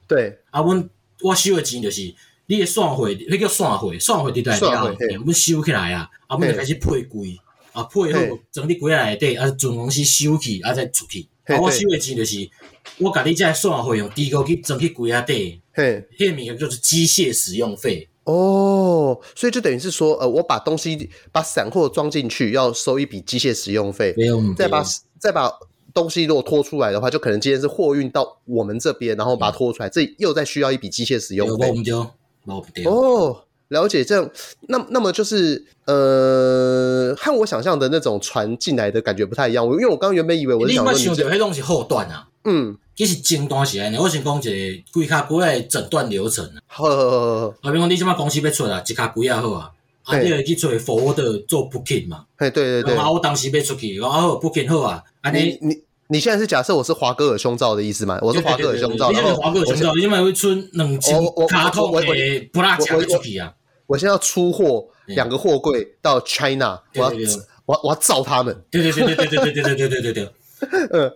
Speaker 1: 对，
Speaker 2: 啊，阮我收的钱就是你的散货，迄叫散货，散货伫台
Speaker 1: 散
Speaker 2: 了
Speaker 1: 货嘿，
Speaker 2: 阮收起来啊，啊，阮就
Speaker 1: 嘿
Speaker 2: 开始配柜，啊，配好
Speaker 1: 嘿
Speaker 2: 整理柜仔内底，啊，准公司收去，啊，再出去，
Speaker 1: 嘿
Speaker 2: 啊，我
Speaker 1: 对
Speaker 2: 收的钱就是我甲你这散哦货用低高去整去柜仔啊底，
Speaker 1: 嘿。
Speaker 2: 迄个物件就是机械使用费。
Speaker 1: 哦，所以就等于是说，呃，我把东西把散货装进去，要收一笔机械使用费，
Speaker 2: 没有，
Speaker 1: 再把
Speaker 2: 对
Speaker 1: 再把东西如果拖出来的话，就可能今天是货运到我们这边，然后把它拖出来，这又再需要一笔机械使
Speaker 2: 对
Speaker 1: 用
Speaker 2: 我
Speaker 1: 费。
Speaker 2: 毋对，我毋对。
Speaker 1: 哦，了解，这样，那那么就是呃，和我想象的那种船进来的感觉不太一样，因为我刚原本以为我是
Speaker 2: 你
Speaker 1: 想
Speaker 2: 捌
Speaker 1: 说
Speaker 2: 想
Speaker 1: 你
Speaker 2: 着
Speaker 1: 这，
Speaker 2: 迄拢是后段啊，
Speaker 1: 嗯，
Speaker 2: 其实前段是安尼。我想讲一个规卡柜仔的诊断流程啊，
Speaker 1: 好好好好，好
Speaker 2: 啊，比如讲你即摆公司要出啊，一卡柜仔好啊，啊，
Speaker 1: 对
Speaker 2: 你会去做 forward 做 booking 嘛。
Speaker 1: 哎，对对对，
Speaker 2: 啊，我当时要出去，讲啊好 booking 好啊，安
Speaker 1: 你
Speaker 2: 尼。
Speaker 1: 你你现在是假设我是华哥尔胸罩的意思吗？我是华哥尔胸罩，
Speaker 2: 你现
Speaker 1: 然
Speaker 2: 在
Speaker 1: 后
Speaker 2: 华哥
Speaker 1: 我
Speaker 2: 胸罩，你现在会出两斤
Speaker 1: 我我
Speaker 2: 卡通
Speaker 1: 我我
Speaker 2: 的布拉夹出去啊？
Speaker 1: 我现在要出货
Speaker 2: 嗯
Speaker 1: 两个货柜到 China，我
Speaker 2: 对
Speaker 1: 要
Speaker 2: 对对
Speaker 1: 我要我要造他们。
Speaker 2: 对对对对对对对对对对对对。
Speaker 1: 嗯，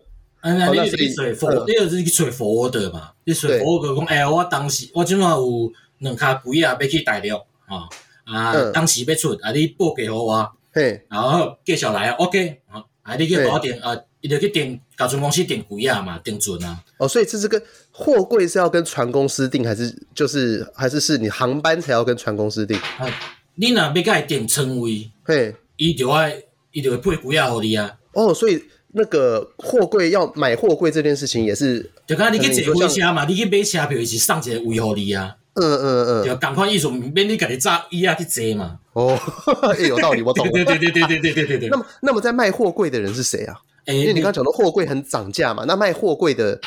Speaker 2: 啊，那
Speaker 1: 哦
Speaker 2: 你就
Speaker 1: 那
Speaker 2: 是
Speaker 1: 所以
Speaker 2: 去找 forward，你就是去找 forward 嘛？你找
Speaker 1: 对
Speaker 2: forward 讲，哎、呀，我当时我即满有两卡柜啊，要去大陆啊啊，
Speaker 1: 嗯
Speaker 2: 当时要出啊，你报价互我，
Speaker 1: 嘿，
Speaker 2: 然后介绍来啊，OK 啊，啊，你去
Speaker 1: 对
Speaker 2: 搞定啊，伊就去订，甲船公司订柜啊嘛，订船啊，
Speaker 1: 哦，所以这是跟货柜是要跟船公司订，还是就是还是是你航班才要跟船公司订？
Speaker 2: 啊，你若要甲伊订床位，
Speaker 1: 嘿，
Speaker 2: 伊就爱伊就会配柜啊互你啊，
Speaker 1: 哦，所以那个货柜要买货柜这件事情也是，
Speaker 2: 就讲你去坐火
Speaker 1: 嗯你说
Speaker 2: 车嘛，你去买车票伊是送一个位互你啊，
Speaker 1: 嗯嗯
Speaker 2: 就
Speaker 1: 嗯，
Speaker 2: 共款意思，毋免你家己扎椅啊去坐嘛，
Speaker 1: 哦，欸有道理， 我懂
Speaker 2: 对
Speaker 1: 了。
Speaker 2: 对对对对对对对对
Speaker 1: 那。么，那么在卖货柜的人是谁啊？
Speaker 2: 哎，
Speaker 1: 因为你
Speaker 2: 你
Speaker 1: 刚刚讲到货柜很涨价嘛，那卖货柜的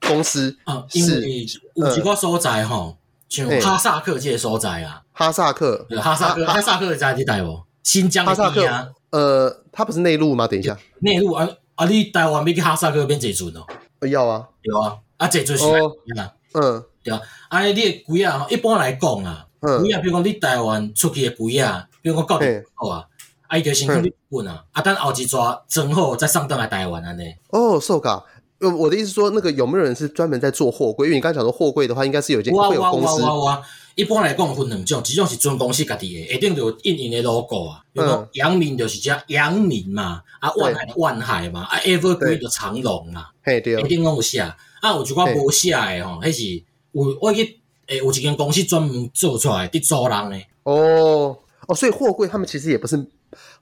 Speaker 1: 公司
Speaker 2: 啊，因
Speaker 1: 是
Speaker 2: 为有一个所在吼，像
Speaker 1: 嘿
Speaker 2: 哈萨克这个所在啊，
Speaker 1: 哈萨克，
Speaker 2: 呃哈萨克
Speaker 1: 哈
Speaker 2: 哈萨克在你带无？新疆
Speaker 1: 哈萨
Speaker 2: 的边
Speaker 1: 克
Speaker 2: 啊，，
Speaker 1: 呃，它不是内陆吗？等一下，
Speaker 2: 内陆啊啊，你台湾要去哈萨克边坐船哦，
Speaker 1: 呃要啊，
Speaker 2: 对啊，啊坐船是
Speaker 1: 哦
Speaker 2: 哪样啊，
Speaker 1: 嗯
Speaker 2: 对啊，啊你的鬼啊，吼一般来讲啊，
Speaker 1: 嗯
Speaker 2: 鬼啊，比如讲你台湾出去的鬼啊，比如讲到日本啊，啊伊就
Speaker 1: 嗯
Speaker 2: 先去日本啊，啊等后一抓装好再送登来台湾安尼，
Speaker 1: 哦，瘦嘎。呃，我的意思说，那个有没有人是专门在做货柜？因为你刚才讲说货柜的话，应该是有一间
Speaker 2: 哇
Speaker 1: 会有
Speaker 2: 哇
Speaker 1: 公
Speaker 2: 哇
Speaker 1: 司
Speaker 2: 哇哇！一般来讲分两种，一种是准公司家己的，一定就有印因的 logo 啊。比如讲
Speaker 1: 嗯
Speaker 2: 阳明就是遮阳明嘛，啊
Speaker 1: 对
Speaker 2: 万海就万海嘛，啊 Evergreen
Speaker 1: 对
Speaker 2: 就长隆嘛，
Speaker 1: 嘿，对
Speaker 2: 一
Speaker 1: 哦，
Speaker 2: 定拢有写。啊，有一寡无写的吼，迄是有我去诶，有一间公司专门做出来伫租人诶。
Speaker 1: 哦哦，所以货柜他们其实也不是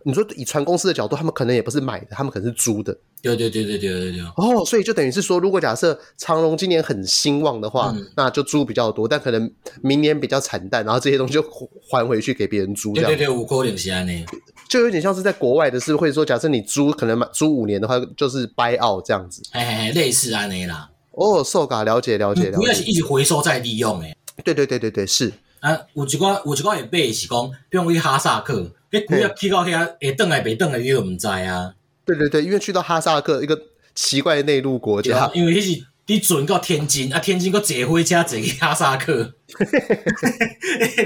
Speaker 1: 你说以船公司的角度，他们可能也不是买的，他们可能是租的
Speaker 2: 对对对对对对对，
Speaker 1: 哦，所以就等于是说，如果假设长隆今年很兴旺的话，
Speaker 2: 嗯
Speaker 1: 那就租比较多，但可能明年比较惨淡，然后这些东西就还回去给别人租，这
Speaker 2: 对
Speaker 1: 样
Speaker 2: 对对，有可能是安尼。
Speaker 1: 就有点像是在国外的是，或者说假设你租可能买租五年的话，就是 buy out 这样子。
Speaker 2: 嘿嘿嘿，类似安尼啦。
Speaker 1: 哦，受嘎，了解了解了
Speaker 2: 嗯主要是
Speaker 1: 解，
Speaker 2: 一直回收再利用诶。
Speaker 1: 对对对对对，是
Speaker 2: 啊，有一寡有一寡会买是讲，比如去哈萨克，迄几啊日去到遐会转来袂转来，你都毋知啊。
Speaker 1: 对对对，因为去到哈萨克一个奇怪的内陆国
Speaker 2: 对啊
Speaker 1: 家，，
Speaker 2: 因为迄是你船到天津，啊，天津搁坐火车坐去哈萨克。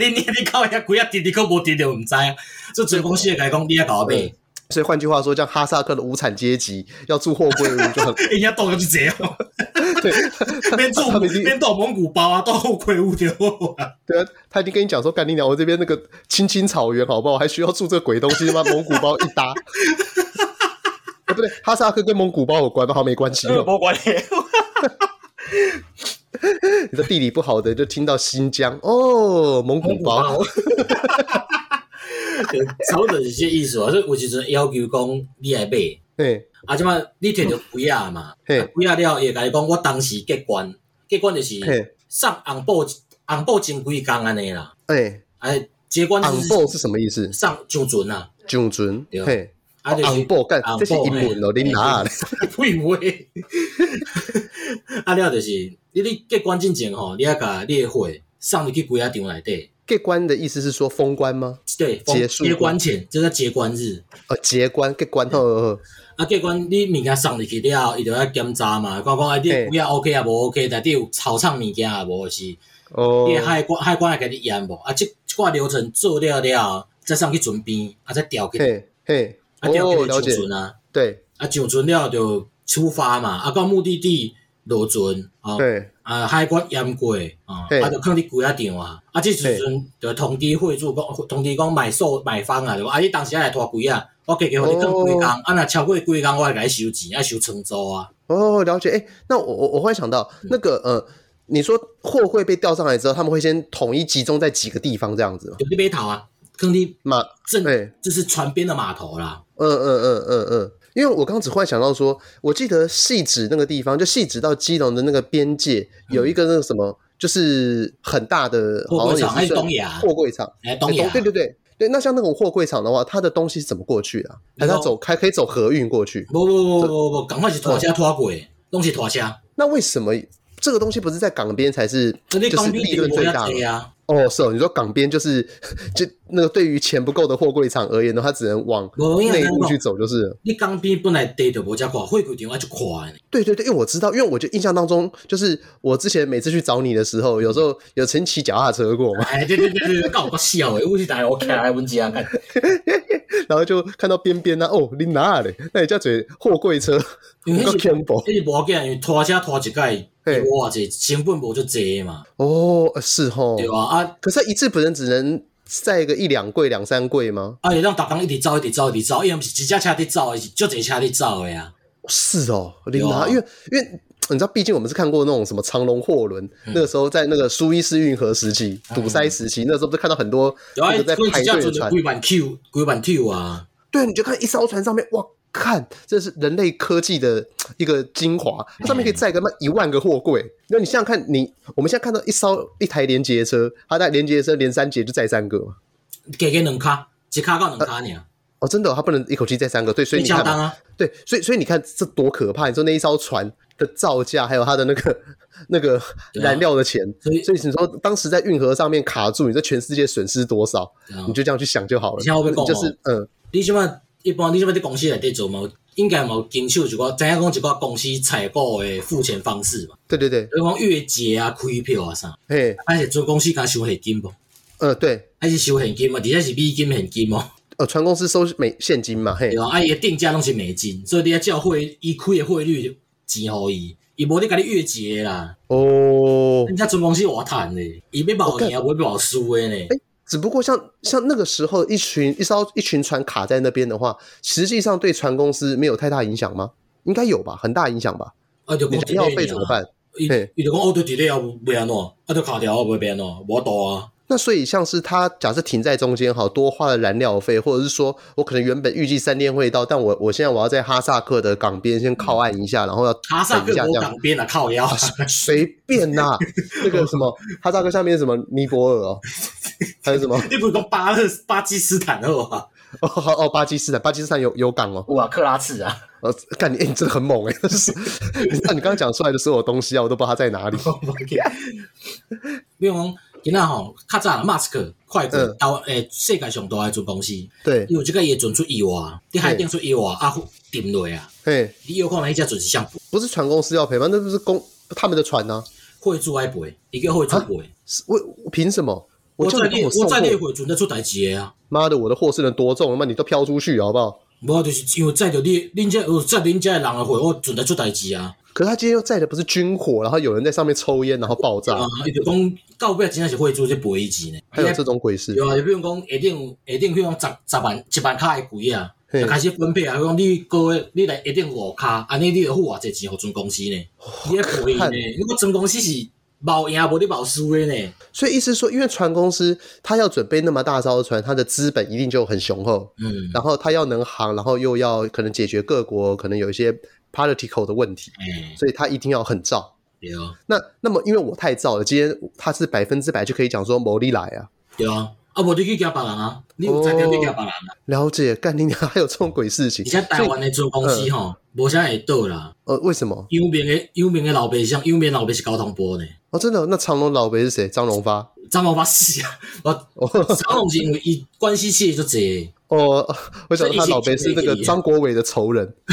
Speaker 2: 你 你你到遐几啊滴滴搁无滴着毋知啊。所以船公司会甲伊讲，你也甲我买，
Speaker 1: 嗯所以换句话说，像哈萨克的无产阶级要住货柜屋就 很
Speaker 2: 伊遐倒个去坐哦，
Speaker 1: 对
Speaker 2: 免做
Speaker 1: 他们已经
Speaker 2: 免倒蒙古包啊，倒鬼屋着好啊。
Speaker 1: 对啊，他已经跟你讲说，干你娘，我这边那个青青草原好不好？还需要住这鬼东西吗？蒙古包一 搭。哎，不对，哈萨克跟蒙古包有关吗？好，没关系。
Speaker 2: 无关系。
Speaker 1: 你的地理不好的就听到新疆哦，蒙古包。
Speaker 2: 包。对差不多是这意思啊，所以有时阵要求讲你来买，
Speaker 1: 对，
Speaker 2: 啊，即摆你摕着鬼啊嘛，
Speaker 1: 嘿
Speaker 2: 鬼啊了会甲你讲，我当时结关，结关就
Speaker 1: 嘿
Speaker 2: 是送红布，红布前几工安尼啦，
Speaker 1: 哎，
Speaker 2: 哎，结关就
Speaker 1: 昂
Speaker 2: 是
Speaker 1: 布是什么意思？
Speaker 2: 送上船啊，
Speaker 1: 囧尊，
Speaker 2: 对
Speaker 1: 嘿，哦
Speaker 2: 啊就是
Speaker 1: 昂布干，
Speaker 2: 红
Speaker 1: 这是英文哦，
Speaker 2: 嘿
Speaker 1: 你哪 嘞？
Speaker 2: 嘿嘿嘿嘿啊了就是你你结关进前吼，你要甲你的货送入去鬼啊场内底，
Speaker 1: 盖棺的意思是说封棺吗？
Speaker 2: 对，封
Speaker 1: 结束
Speaker 2: 结关前，这叫结关日。
Speaker 1: 呃，结棺，盖棺，呵呵呵
Speaker 2: 啊，结果你物件送入去了后，伊就要检查嘛，看看啊，你
Speaker 1: 嘿
Speaker 2: 有啊 OK 啊无 OK，内底有草创物件啊无是，你
Speaker 1: 哦，
Speaker 2: 的海关海关会甲你验无？啊，即即挂流程做了了后，再送去船边，啊再调去，
Speaker 1: 嘿嘿，
Speaker 2: 啊调
Speaker 1: 哦，
Speaker 2: 去
Speaker 1: 了
Speaker 2: 上
Speaker 1: 解，
Speaker 2: 船啊，
Speaker 1: 对
Speaker 2: 啊上船了后就出发嘛，啊到目的地落船啊。
Speaker 1: 对，
Speaker 2: 啊，海关验过，啊，
Speaker 1: 嘿
Speaker 2: 啊，就放伫几啊场啊，啊，即时阵就通知会主讲，通知讲买数买方啊，就讲啊，你当时来拖几啊，我加加互你放几工，啊，若超过几工，我会甲你收钱，爱收床租啊。
Speaker 1: 哦，了解。哎，那我我我忽然想到，
Speaker 2: 嗯
Speaker 1: 那个呃，你说货柜被调上来之后，他们会先统一集中在几个地方这样子吗？
Speaker 2: 有你码头啊，坑你
Speaker 1: 嘛，
Speaker 2: 正
Speaker 1: 对，
Speaker 2: 就是船边的码头啦。
Speaker 1: 嗯嗯嗯嗯嗯。因为我刚刚只忽然想到说，我记得细指那个地方，就细指到基隆的那个边界，有一个那个什么，就是很大的，
Speaker 2: 嗯货
Speaker 1: 好
Speaker 2: 柜
Speaker 1: 像
Speaker 2: 厂还是
Speaker 1: 也是算
Speaker 2: 东亚？
Speaker 1: 货柜厂。
Speaker 2: 哎，东亚
Speaker 1: 对对对对，那像那种货柜厂的话，它的东西是怎么过去的啊？还是它走还可以走河运过去？
Speaker 2: 不不不不不，赶快是拖车拖过的，拢是拖车。
Speaker 1: 那为什么这个东西不是在港边才是
Speaker 2: 那你
Speaker 1: 就是
Speaker 2: 港边
Speaker 1: 利
Speaker 2: 就
Speaker 1: 润
Speaker 2: 无
Speaker 1: 最
Speaker 2: 遐
Speaker 1: 大吗
Speaker 2: 多？啊，
Speaker 1: 哦，是哦，你说港边就是就那个对于钱不够的货柜厂而言呢，它只能往
Speaker 2: 无因为
Speaker 1: 内
Speaker 2: 咱
Speaker 1: 陆去
Speaker 2: 讲，
Speaker 1: 走，就是了
Speaker 2: 你港边本来地就无遮宽，货柜场还就宽的。
Speaker 1: 对对对，因为我知道，因为我就印象当中，就是我之前每次去找你的时候，有时候有曾骑脚踏车过嘛，
Speaker 2: 哎，对对对对，够够笑的，我是台我徛来阮遮看。
Speaker 1: 然后就看到边边呢、啊，哦，你哪嘞？那你叫嘴货柜车，
Speaker 2: 因为
Speaker 1: 个
Speaker 2: 那是
Speaker 1: combo
Speaker 2: 那是无要紧，因为拖车拖一届，
Speaker 1: 哦嘿
Speaker 2: 哇，这成本无就济嘛，
Speaker 1: 哦，呃是吼，
Speaker 2: 对吧？啊，
Speaker 1: 可是它一次不能只能载个一两柜、两三柜吗？
Speaker 2: 啊，会让逐工一直走，一直走，一直走，伊毋是一只车伫走，伊是足侪车伫走的啊。
Speaker 1: 是哦，你
Speaker 2: 有
Speaker 1: 哪？
Speaker 2: 啊
Speaker 1: 因为因为。你知道，毕竟我们是看过那种什么长龙货轮，
Speaker 2: 嗯
Speaker 1: 那个时候在那个苏伊士运河时期、堵塞时期，那时候不是看到很多
Speaker 2: 对嗯啊，
Speaker 1: 那个在
Speaker 2: 阮
Speaker 1: 排
Speaker 2: 一只
Speaker 1: 队的
Speaker 2: 船就
Speaker 1: 船，
Speaker 2: 几万 Q，几万 Q 啊。
Speaker 1: 对，你就看一艘船上面，哇，看这是人类科技的一个精华，
Speaker 2: 嗯
Speaker 1: 它上面可以载个那一万个货柜。那你想想看你，我们现在看到一艘一台连接车，它在连接车连三节就载三个嘛。
Speaker 2: 加加两卡，一卡到两卡尔，
Speaker 1: 哦，真的哦、它不能一口气载三个，对，所以
Speaker 2: 你
Speaker 1: 你
Speaker 2: 恰
Speaker 1: 看
Speaker 2: 当
Speaker 1: 嘛，
Speaker 2: 啊，
Speaker 1: 对，所以所以你看这多可怕！你说那一艘船的造价，还有它的那个那个
Speaker 2: 对啊
Speaker 1: 燃料的钱，
Speaker 2: 所以
Speaker 1: 所以你说当时在运河上面卡住，你这全世界损失多少？你就这样去想就好了。
Speaker 2: 你现啊在会不会
Speaker 1: 你就
Speaker 2: 讲哦
Speaker 1: 是嗯，
Speaker 2: 你即摆一般你即摆伫公司内底做嘛，有应该嘛有经手一个，知影讲一个公司采购的付钱方式嘛，
Speaker 1: 对对对，
Speaker 2: 比如讲月结啊、开票啊啥，
Speaker 1: 嘿，
Speaker 2: 还是做公司敢收现金无？
Speaker 1: 呃，对，
Speaker 2: 还是收现金嘛？而且是美金现金哦，
Speaker 1: 呃，船公司收美现金嘛，嘿
Speaker 2: 对，啊，啊伊的定价拢是美金，所以你要照汇伊开的汇率钱互伊，伊无咧甲你月结啦，
Speaker 1: 哦，
Speaker 2: 人家总公司偌趁咧，伊要毛赢，我要毛输的咧，
Speaker 1: 只不过像像那个时候一群一艘一群船卡在那边的话，实际上对船公司没有太大影响吗？应该有吧，很大影响吧？
Speaker 2: 啊就
Speaker 1: 你
Speaker 2: 讲
Speaker 1: 的药费怎么办？
Speaker 2: 伊
Speaker 1: 嘿
Speaker 2: 伊就讲哦，对，伫咧啊，袂安怎，啊，就卡掉啊，袂变安怎，无度啊，
Speaker 1: 那所以像是它假设停在中间好，多花了燃料费，或者是说我可能原本预计三天会到，但我我现在我要在哈萨克的港边先靠岸一下，然后要
Speaker 2: 哈萨
Speaker 1: 等
Speaker 2: 克
Speaker 1: 一下这
Speaker 2: 国
Speaker 1: 样
Speaker 2: 港边啊， 靠腰，
Speaker 1: 随便 呐、那个什么哈萨克下面是什么尼泊尔哦，还有什么
Speaker 2: 你不是讲巴勒巴基斯坦好啊？
Speaker 1: 哦好哦巴基斯坦，巴基斯坦有有港哦，
Speaker 3: 哇，克拉刺 啊，
Speaker 1: 呃，干你、欸、你真的很猛哎、欸，就是你知道你刚刚讲出来的所有东西啊，我都不知道它在哪里。
Speaker 2: 比如讲，今仔吼，较早 Mask 快过
Speaker 1: 嗯
Speaker 2: 到诶世界上大诶船公司，伊
Speaker 1: 对，
Speaker 2: 有即个伊会船出意外，伫海顶出意外啊，沉落啊，
Speaker 1: 嘿，
Speaker 2: 你有看能迄只船是向
Speaker 1: 不是船公司要赔吗？那不是公他们的船呢、
Speaker 2: 会主爱赔，伊叫会主赔。
Speaker 1: 是为凭什么？
Speaker 2: 我
Speaker 1: 叫
Speaker 2: 在
Speaker 1: 你帮
Speaker 2: 你
Speaker 1: 啊我送
Speaker 2: 我在
Speaker 1: 货
Speaker 2: 你的，货船咧出代志诶啊！
Speaker 1: 妈的，我的货是能多重？他妈你都飘出去好不好？
Speaker 2: 无啊就是因为载着你恁遮有载恁遮诶人诶货，我船咧出代志啊！
Speaker 1: 可是他今天又载的不是军火，然后有人在上面抽烟，然后爆炸
Speaker 2: 啊，，伊就讲到尾真正是会主咧赔伊钱呢。
Speaker 1: 还有这种鬼事
Speaker 2: 对啊，就比如讲下顶下顶，比如讲十十万一万卡诶贵啊，
Speaker 1: 嘿
Speaker 2: 就开始分配啊。比如讲你个月你来下顶五卡，安尼你着付偌济钱互船公司呢？你咧赔呢？
Speaker 1: 哦看
Speaker 2: 因为船公司是冇赢无你冇输诶呢。
Speaker 1: 所以意思是说，因为船公司他要准备那么大艘的船，他的资本一定就很雄厚，
Speaker 2: 嗯，
Speaker 1: 然后他要能航，然后又要可能解决各国可能有一些 political 的问题，
Speaker 2: 诶，
Speaker 1: 所以他一定要很造。
Speaker 2: 哎对啊，
Speaker 1: 那那么因为我太造了，今天他是百分之百就可以讲说牟利来啊，
Speaker 2: 对啊，啊无你去惊别人啊，你有才调你惊别人啊。
Speaker 1: 了解，干你娘还有这种鬼事情
Speaker 2: 而，且台湾诶船公司吼，无啥会倒啦。
Speaker 1: 呃，为什么？
Speaker 2: 有名诶有名诶老爸像有名的老爸是交通部呢，
Speaker 1: 哦，真的，那长隆老北是谁？张荣发。
Speaker 2: 张老板死啊！ 我
Speaker 1: 哦
Speaker 2: 张龙是因为伊关系企业就济。
Speaker 1: 哦， 我想他老北是那个张国伟的仇人，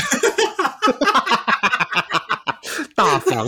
Speaker 1: 大房，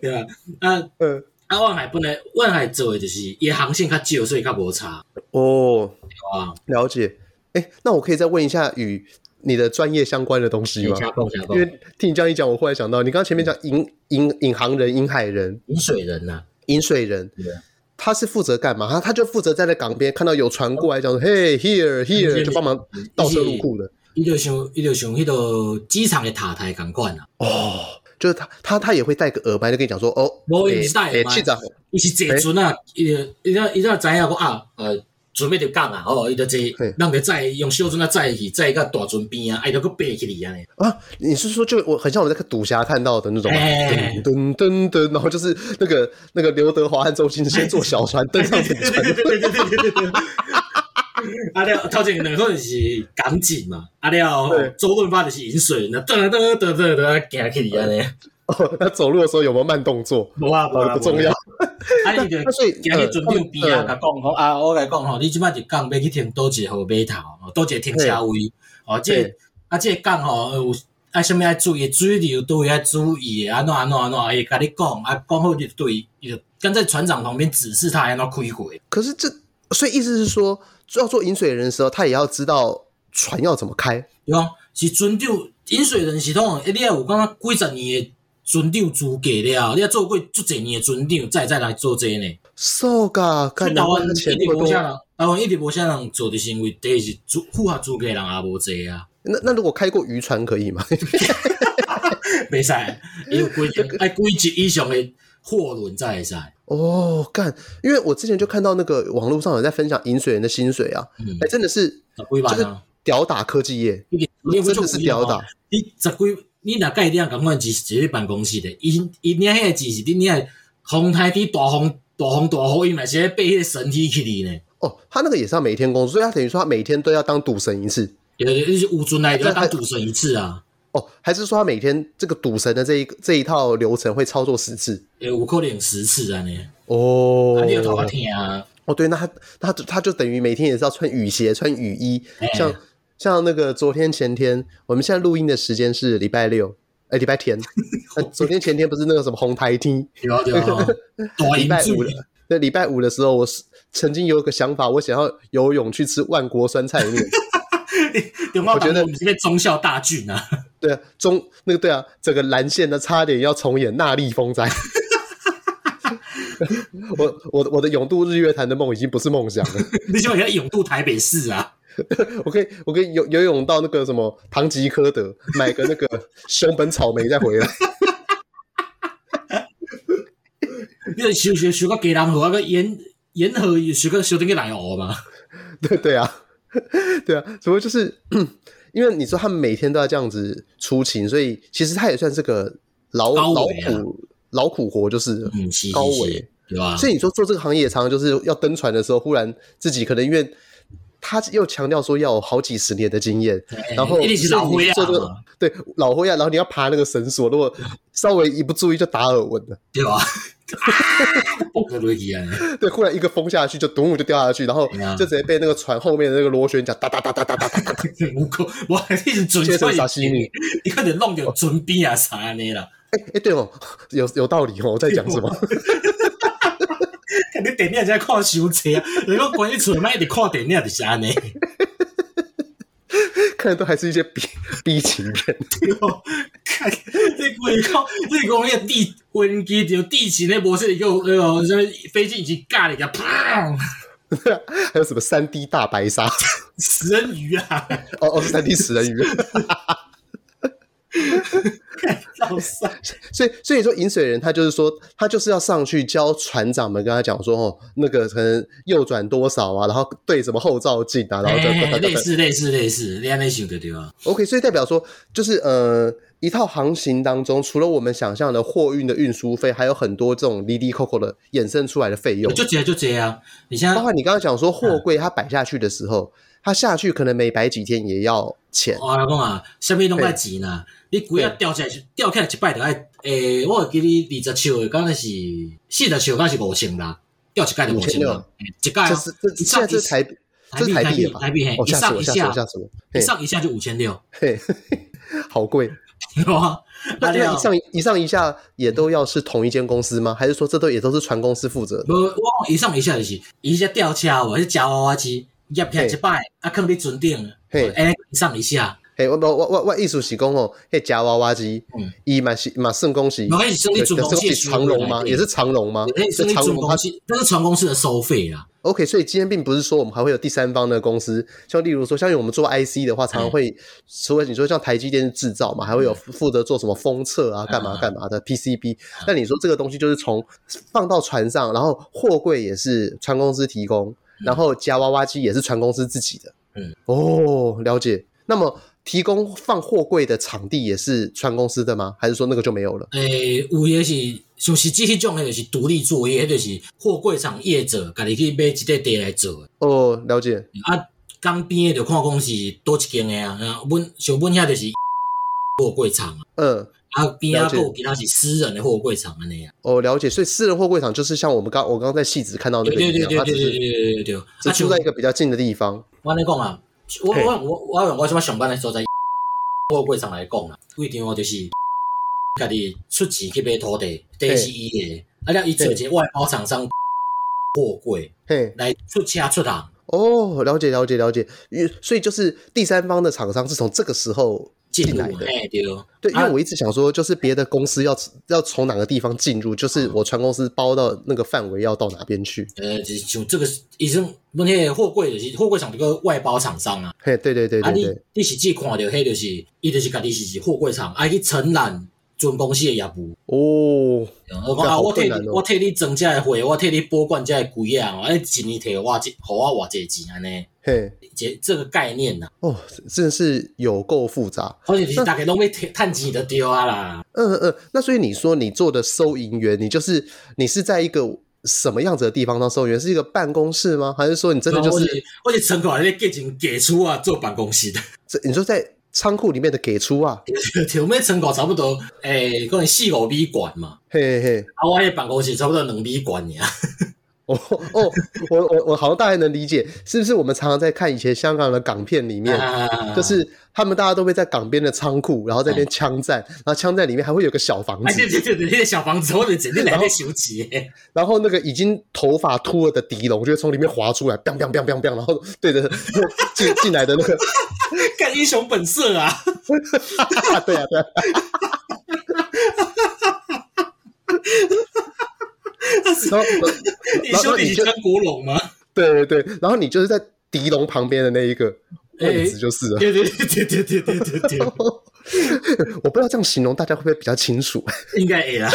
Speaker 2: 对啊，啊。
Speaker 1: 嗯，
Speaker 2: 啊，阮海本来阮海做诶就是伊的航线较少，所以较无差，
Speaker 1: 哦，
Speaker 2: 对啊。
Speaker 1: 了解。哎，那我可以再问一下与你的专业相关的东西吗？
Speaker 2: 加工加
Speaker 1: 因
Speaker 2: 工，
Speaker 1: 为听你这样一讲，我忽然想到，你刚刚前面讲引引引航人、引海人，
Speaker 2: 饮水人啊呐、
Speaker 1: 饮水人
Speaker 2: 对啊，
Speaker 1: 他是负责干嘛？他他就负责站在港边，看到有船过来，讲说 “Hey here
Speaker 2: 对对
Speaker 1: here”，就帮忙倒车入库的。
Speaker 2: 伊就像伊就像迄个机场诶塔台共款啊，
Speaker 1: 哦，就是他他他也会戴个耳麦，就跟你讲说：“哦，
Speaker 2: 无伊毋
Speaker 1: 诶
Speaker 2: 是戴
Speaker 1: 诶
Speaker 2: 耳麦
Speaker 1: 记者
Speaker 2: 伊是坐船啊，伊就伊就伊就知影讲啊，呃，准备着港啊，哦，伊就坐，
Speaker 1: 嘿
Speaker 2: 人就载用小船啊载去，载到大船边啊，啊伊就搁爬起嚟安 尼，
Speaker 1: 啊，你是说就我很像我们在赌侠看到的那种吗，
Speaker 2: 哎
Speaker 1: 噔噔噔噔，然后就是那个那个刘德华和周星驰先坐小船登上整 船，
Speaker 2: 对对对对对对对。啊了，头前两个就是港警嘛，啊了
Speaker 1: 对，
Speaker 2: 周润发就是饮水人啊，噔噔噔噔噔，行起啊嚟安尼。
Speaker 1: 哦，他走路的时候有没有慢动作？
Speaker 2: 无啊无
Speaker 1: 哦，
Speaker 2: 啊，
Speaker 1: 不重要。
Speaker 2: 啊，伊就
Speaker 1: 那所以
Speaker 2: 今日准备边啊，甲
Speaker 1: 呃
Speaker 2: 讲讲啊，我甲讲吼，你即摆就讲要去停倒一个号码头，哦倒一个停车位，哦，即个
Speaker 1: 嘿
Speaker 2: 啊，即个讲吼有啊，啥物爱注意，水流都要注意的，安怎安怎安怎，伊会甲你讲，啊，讲好你就对，伊就跟在船长旁边指示他安怎开过，
Speaker 1: 可是这，所以意思是说，要做饮水人的时候，他也要知道船要怎么开。
Speaker 2: 对吧？是船长饮水人系统，欸诶，你也有感觉几十年的船长资格了，你也做过足侪年的船长，再再来做这个呢。
Speaker 1: So ga，
Speaker 2: 所以
Speaker 1: 干
Speaker 2: 台
Speaker 1: 难怪
Speaker 2: 湾
Speaker 1: 他
Speaker 2: 一
Speaker 1: 钱
Speaker 2: 直
Speaker 1: 那
Speaker 2: 无
Speaker 1: 么
Speaker 2: 啥
Speaker 1: 多。
Speaker 2: 人，台湾一直无啥人做，就是因为第一是主符合资格的人也无济啊，
Speaker 1: 那那如果开过渔船可以吗？
Speaker 2: 袂使，伊有规 定，爱规级以上的货轮才会使。
Speaker 1: 哦，干，因为我之前就看到那个网络上有在分享饮水人的薪水啊，
Speaker 2: 嗯
Speaker 1: 哎、，真的是
Speaker 2: 十几
Speaker 1: 就
Speaker 2: 万
Speaker 1: 是
Speaker 2: 啊，
Speaker 1: 屌打科技业，
Speaker 2: 你
Speaker 1: 真的是屌打。。
Speaker 2: 啊你十几，你若甲伊领共款钱是一个办公室的，伊伊领迄个钱是恁领的风台天大风大风大雨，伊嘛是咧背迄个神梯去哩呢。
Speaker 1: 哦，他那个也是要每天工作，所以他等于说他每天都要当赌神一次。
Speaker 2: 对对，就是啊有船来就要当赌神一次啊，
Speaker 1: 哦，还是说他每天这个赌神的这一个这一套流程会操作十次？
Speaker 2: 诶，有可能十次安尼，啊，
Speaker 1: 哦，
Speaker 2: 你有头壳疼啊。
Speaker 1: 哦，对，那他他他就等于每天也是要穿雨鞋、穿雨衣，
Speaker 2: 哎
Speaker 1: 像像那个昨天前天，我们现在录音的时间是礼拜六，哎，礼拜天。那昨天前天不是那个什么红台梯，
Speaker 2: 对啊对啊， 大
Speaker 1: 礼
Speaker 2: 银
Speaker 1: 拜五
Speaker 2: 主
Speaker 1: 的，那礼拜五的时候，我是曾经有一个想法，我想要游泳去吃万国酸菜面。
Speaker 2: 对我
Speaker 1: 我觉
Speaker 2: 觉
Speaker 1: 得
Speaker 2: 得我们这边忠孝大郡啊，
Speaker 1: 对啊，中那个对啊，整个蓝线呢差点要重演纳利风灾。 我我我的永渡日月潭的梦已经不是梦想了。
Speaker 2: 你就要永渡台北市啊，
Speaker 1: 我可以，我可以游游泳到那个什么堂吉诃德，买个那个熊本草莓再回来。
Speaker 2: 你著收收收到鸡人河啊个沿沿河收个收等去来湖嘛。
Speaker 1: 对对啊， 对啊，只不过就是因为你说他们每天都要这样子出勤，所以其实他也算是个劳
Speaker 2: 高
Speaker 1: 劳
Speaker 2: 危啊
Speaker 1: 苦劳苦活，就是了
Speaker 2: 嗯，是是
Speaker 1: 高
Speaker 2: 是
Speaker 1: 危。
Speaker 2: 对吧？
Speaker 1: 所以你说做这个行业，常常就是要登船的时候，忽然自己可能因为他又强调说要有好几十年的经验，
Speaker 2: 哎
Speaker 1: 然后
Speaker 2: 一定是老灰啊
Speaker 1: 所以你做这个
Speaker 2: 嘛，
Speaker 1: 对老灰啊，然后你要爬那个绳索，如果稍微一不注意就打耳纹了，
Speaker 2: 对吧？崩个落去啊！
Speaker 1: 对，忽然一个风下去就咚就掉下去，然后
Speaker 2: 对啊
Speaker 1: 就直接被那个船后面的那个螺旋桨哒哒哒哒哒哒哒哒
Speaker 2: 我靠，我你是准
Speaker 1: 切成沙西米
Speaker 2: 你。可能弄着准边啊啥安尼啦，
Speaker 1: 哎、对哦，有有道理哦，我在讲什么？
Speaker 2: 肯定电影在看伤济啊！你讲关于厝卖直看电影就是安尼，
Speaker 1: 看的都还是一些 B B 情片，
Speaker 2: 对吧 看你鬼讲，你讲迄个地飞机着地形那模式，叫那个什么飞机已经尬了一个砰，
Speaker 1: 还有什么三 D 大白鲨？
Speaker 2: 食人鱼啊，
Speaker 1: 哦哦，三 D 死人鱼。
Speaker 2: 老三，
Speaker 1: 所以，所以说饮水人他就是说，他就是要上去教船长们跟他讲说，哦，那个可能右转多少啊，然后对什么后照镜啊，然后等
Speaker 2: 哎
Speaker 1: 等等
Speaker 2: 类
Speaker 1: 等。
Speaker 2: 似类似类似，你安尼想着对啊？
Speaker 1: OK，所以代表说，就是呃，一套航行当中，除了我们想象的货运的运输费，还有很多这种滴滴扣扣的衍生出来的费用，
Speaker 2: 就这就这啊！你像
Speaker 1: 包括你刚刚讲说货柜它摆下去的时候，它下去可能每摆几天也要钱。
Speaker 2: 我来讲啊，啥物拢爱钱啦，你几啊吊起来是吊起来一摆就爱，诶、我会记你二十尺的，敢若是四十尺，敢若是五千啦，吊一摆就五千啦，嘿一摆
Speaker 1: 这
Speaker 2: 啊
Speaker 1: 是这
Speaker 2: 一上
Speaker 1: 现在这
Speaker 2: 一
Speaker 1: 是台这是
Speaker 2: 台
Speaker 1: 台
Speaker 2: 币
Speaker 1: 币了吧？
Speaker 2: 台币台币嘿
Speaker 1: 哦，
Speaker 2: 一
Speaker 1: 吓死
Speaker 2: 上
Speaker 1: 我！
Speaker 2: 一
Speaker 1: 吓死我！
Speaker 2: 下
Speaker 1: 吓死我！
Speaker 2: 一
Speaker 1: 嘿
Speaker 2: 上一下就五千六，
Speaker 1: 嘿，好贵。
Speaker 2: 对吧？
Speaker 1: 那
Speaker 2: 啊
Speaker 1: 那
Speaker 2: 了
Speaker 1: 一，上一上一下也都要是同一间公司吗？还是说这都也都是船公司负责的？
Speaker 2: 无我讲一上一下就是，伊只吊车有无，迄只娃娃机，压起来一摆，啊，放你船顶，
Speaker 1: 嘿
Speaker 2: 哎，一上一下，
Speaker 1: 嘿，我我我我艺术喜功哦，嘿，夹娃娃机
Speaker 2: 嗯，
Speaker 1: 伊嘛是嘛圣恭喜，
Speaker 2: 我迄是算你
Speaker 1: 对
Speaker 2: 船公
Speaker 1: 这
Speaker 2: 司
Speaker 1: 是
Speaker 2: 的
Speaker 1: 长龙吗？也是长龙吗？
Speaker 2: 迄
Speaker 1: 是
Speaker 2: 算你
Speaker 1: 长
Speaker 2: 船
Speaker 1: 龙
Speaker 2: 公
Speaker 1: 它
Speaker 2: 司，那是船公司的收费啦。
Speaker 1: OK，所以今天并不是说我们还会有第三方的公司，像例如说，像我们做 IC 的话，常常会，除了你说像台积电是制造嘛，还会有负责做什么封测啊、干嘛干嘛的 PCB。那你说这个东西就是从放到船上，然后货柜也是船公司提供，然后夹娃娃机也是船公司自己的。
Speaker 2: 嗯，
Speaker 1: 哦，了解。那么提供放货柜的场地也是船公司的吗？还是说那个就没有了？
Speaker 2: 诶、有诶是像是即迄种诶，就是独立作业，迄就是货柜厂业者家己去买一块地来做的。
Speaker 1: 哦，了解。
Speaker 2: 啊，江边诶就看讲是倒一间诶啊。啊，阮像阮遐就是货柜厂啊，
Speaker 1: 嗯。
Speaker 2: 啊边
Speaker 1: 了
Speaker 2: 啊
Speaker 1: 解
Speaker 2: 还有其他是私人诶货柜厂安尼啊。
Speaker 1: 哦，了解。所以私人货柜场就是像我们刚我刚刚在戏子看到那
Speaker 2: 对
Speaker 1: 个
Speaker 2: 对
Speaker 1: 一
Speaker 2: 对
Speaker 1: 样，
Speaker 2: 对
Speaker 1: 它
Speaker 2: 对
Speaker 1: 只
Speaker 2: 对
Speaker 1: 是
Speaker 2: 对对对。
Speaker 1: 只
Speaker 2: 啊，
Speaker 1: 住
Speaker 2: 像
Speaker 1: 在一个比较近的地方。
Speaker 2: 我安尼讲啊，我
Speaker 1: 嘿
Speaker 2: 我我我用我什么上班诶所在货柜厂来讲啊，规定我就是 家己出钱去买土地，地是伊诶，啊了伊做一个外包厂商货柜
Speaker 1: 嘿，
Speaker 2: 来出车出人。
Speaker 1: 哦，了解了解了解。因为所以就是第三方的厂商是从这个时候进
Speaker 2: 进
Speaker 1: 来
Speaker 2: 入
Speaker 1: 的。
Speaker 2: 嘿对，
Speaker 1: 对，因为
Speaker 2: 啊
Speaker 1: 我一直想说，就是别的公司要要从哪个地方进入，就是我船公司包到那个范围要到哪边去。
Speaker 2: 呃，就是像这个医生，阮迄个货柜就是货柜厂这个外包厂商啊，
Speaker 1: 嘿，对对对
Speaker 2: 啊
Speaker 1: 对
Speaker 2: 你
Speaker 1: 对，
Speaker 2: 你实际看到迄就是伊就是家己是是货柜厂，啊去承揽准公司的业务。
Speaker 1: 哦，
Speaker 2: 我
Speaker 1: 这
Speaker 2: 讲啊，
Speaker 1: 好
Speaker 2: 我替你
Speaker 1: 困难哦
Speaker 2: 我替你装这个货，我替你保管这个柜啊，啊一年摕我一，互我偌济钱安尼，
Speaker 1: 嘿，
Speaker 2: 这这个概念呐、啊，
Speaker 1: 哦，真的是有够复杂。
Speaker 2: 好像就是大家拢要趁趁钱就对啊啦。
Speaker 1: 嗯嗯，那所以你说你做的收银员，你就是你是在一个什么样子的地方当收银员？是一个办公室吗？还是说你真的就
Speaker 2: 哦我
Speaker 1: 是
Speaker 2: 是我是城管咧，给钱给出啊，做办公室的。
Speaker 1: 这你说在仓库里面的给出啊？
Speaker 2: 前面城管差不多，诶、可能四五米悬嘛。
Speaker 1: 嘿嘿嘿，
Speaker 2: 啊，我迄办公室差不多两米高尔，
Speaker 1: 哦哦，我我我好像大概能理解，是不是？我们常常在看以前香港的港片里面，
Speaker 2: 啊
Speaker 1: 就是他们大家都会在港边的仓库，然后在那边枪战，然后枪战里面还会有个小房
Speaker 2: 啊，
Speaker 1: 子
Speaker 2: 对，对对对，迄个小房子，我就直接来咧收钱。
Speaker 1: 然后那个已经头发秃了的狄龙就会从里面滑出来，biang biang biang biang biang，然后对着 进进来的那个，
Speaker 2: 干英雄本色啊！
Speaker 1: 对啊对啊，然后
Speaker 2: 你
Speaker 1: 然后
Speaker 2: 说你
Speaker 1: 你
Speaker 2: 是
Speaker 1: 就
Speaker 2: 张国荣吗？
Speaker 1: 对对对，然后你就是在狄龙旁边的那一个位置就是了。
Speaker 2: 对对对对对对对对，
Speaker 1: 我不知道这样形容大家会不会比较清楚？
Speaker 2: 应该会啦。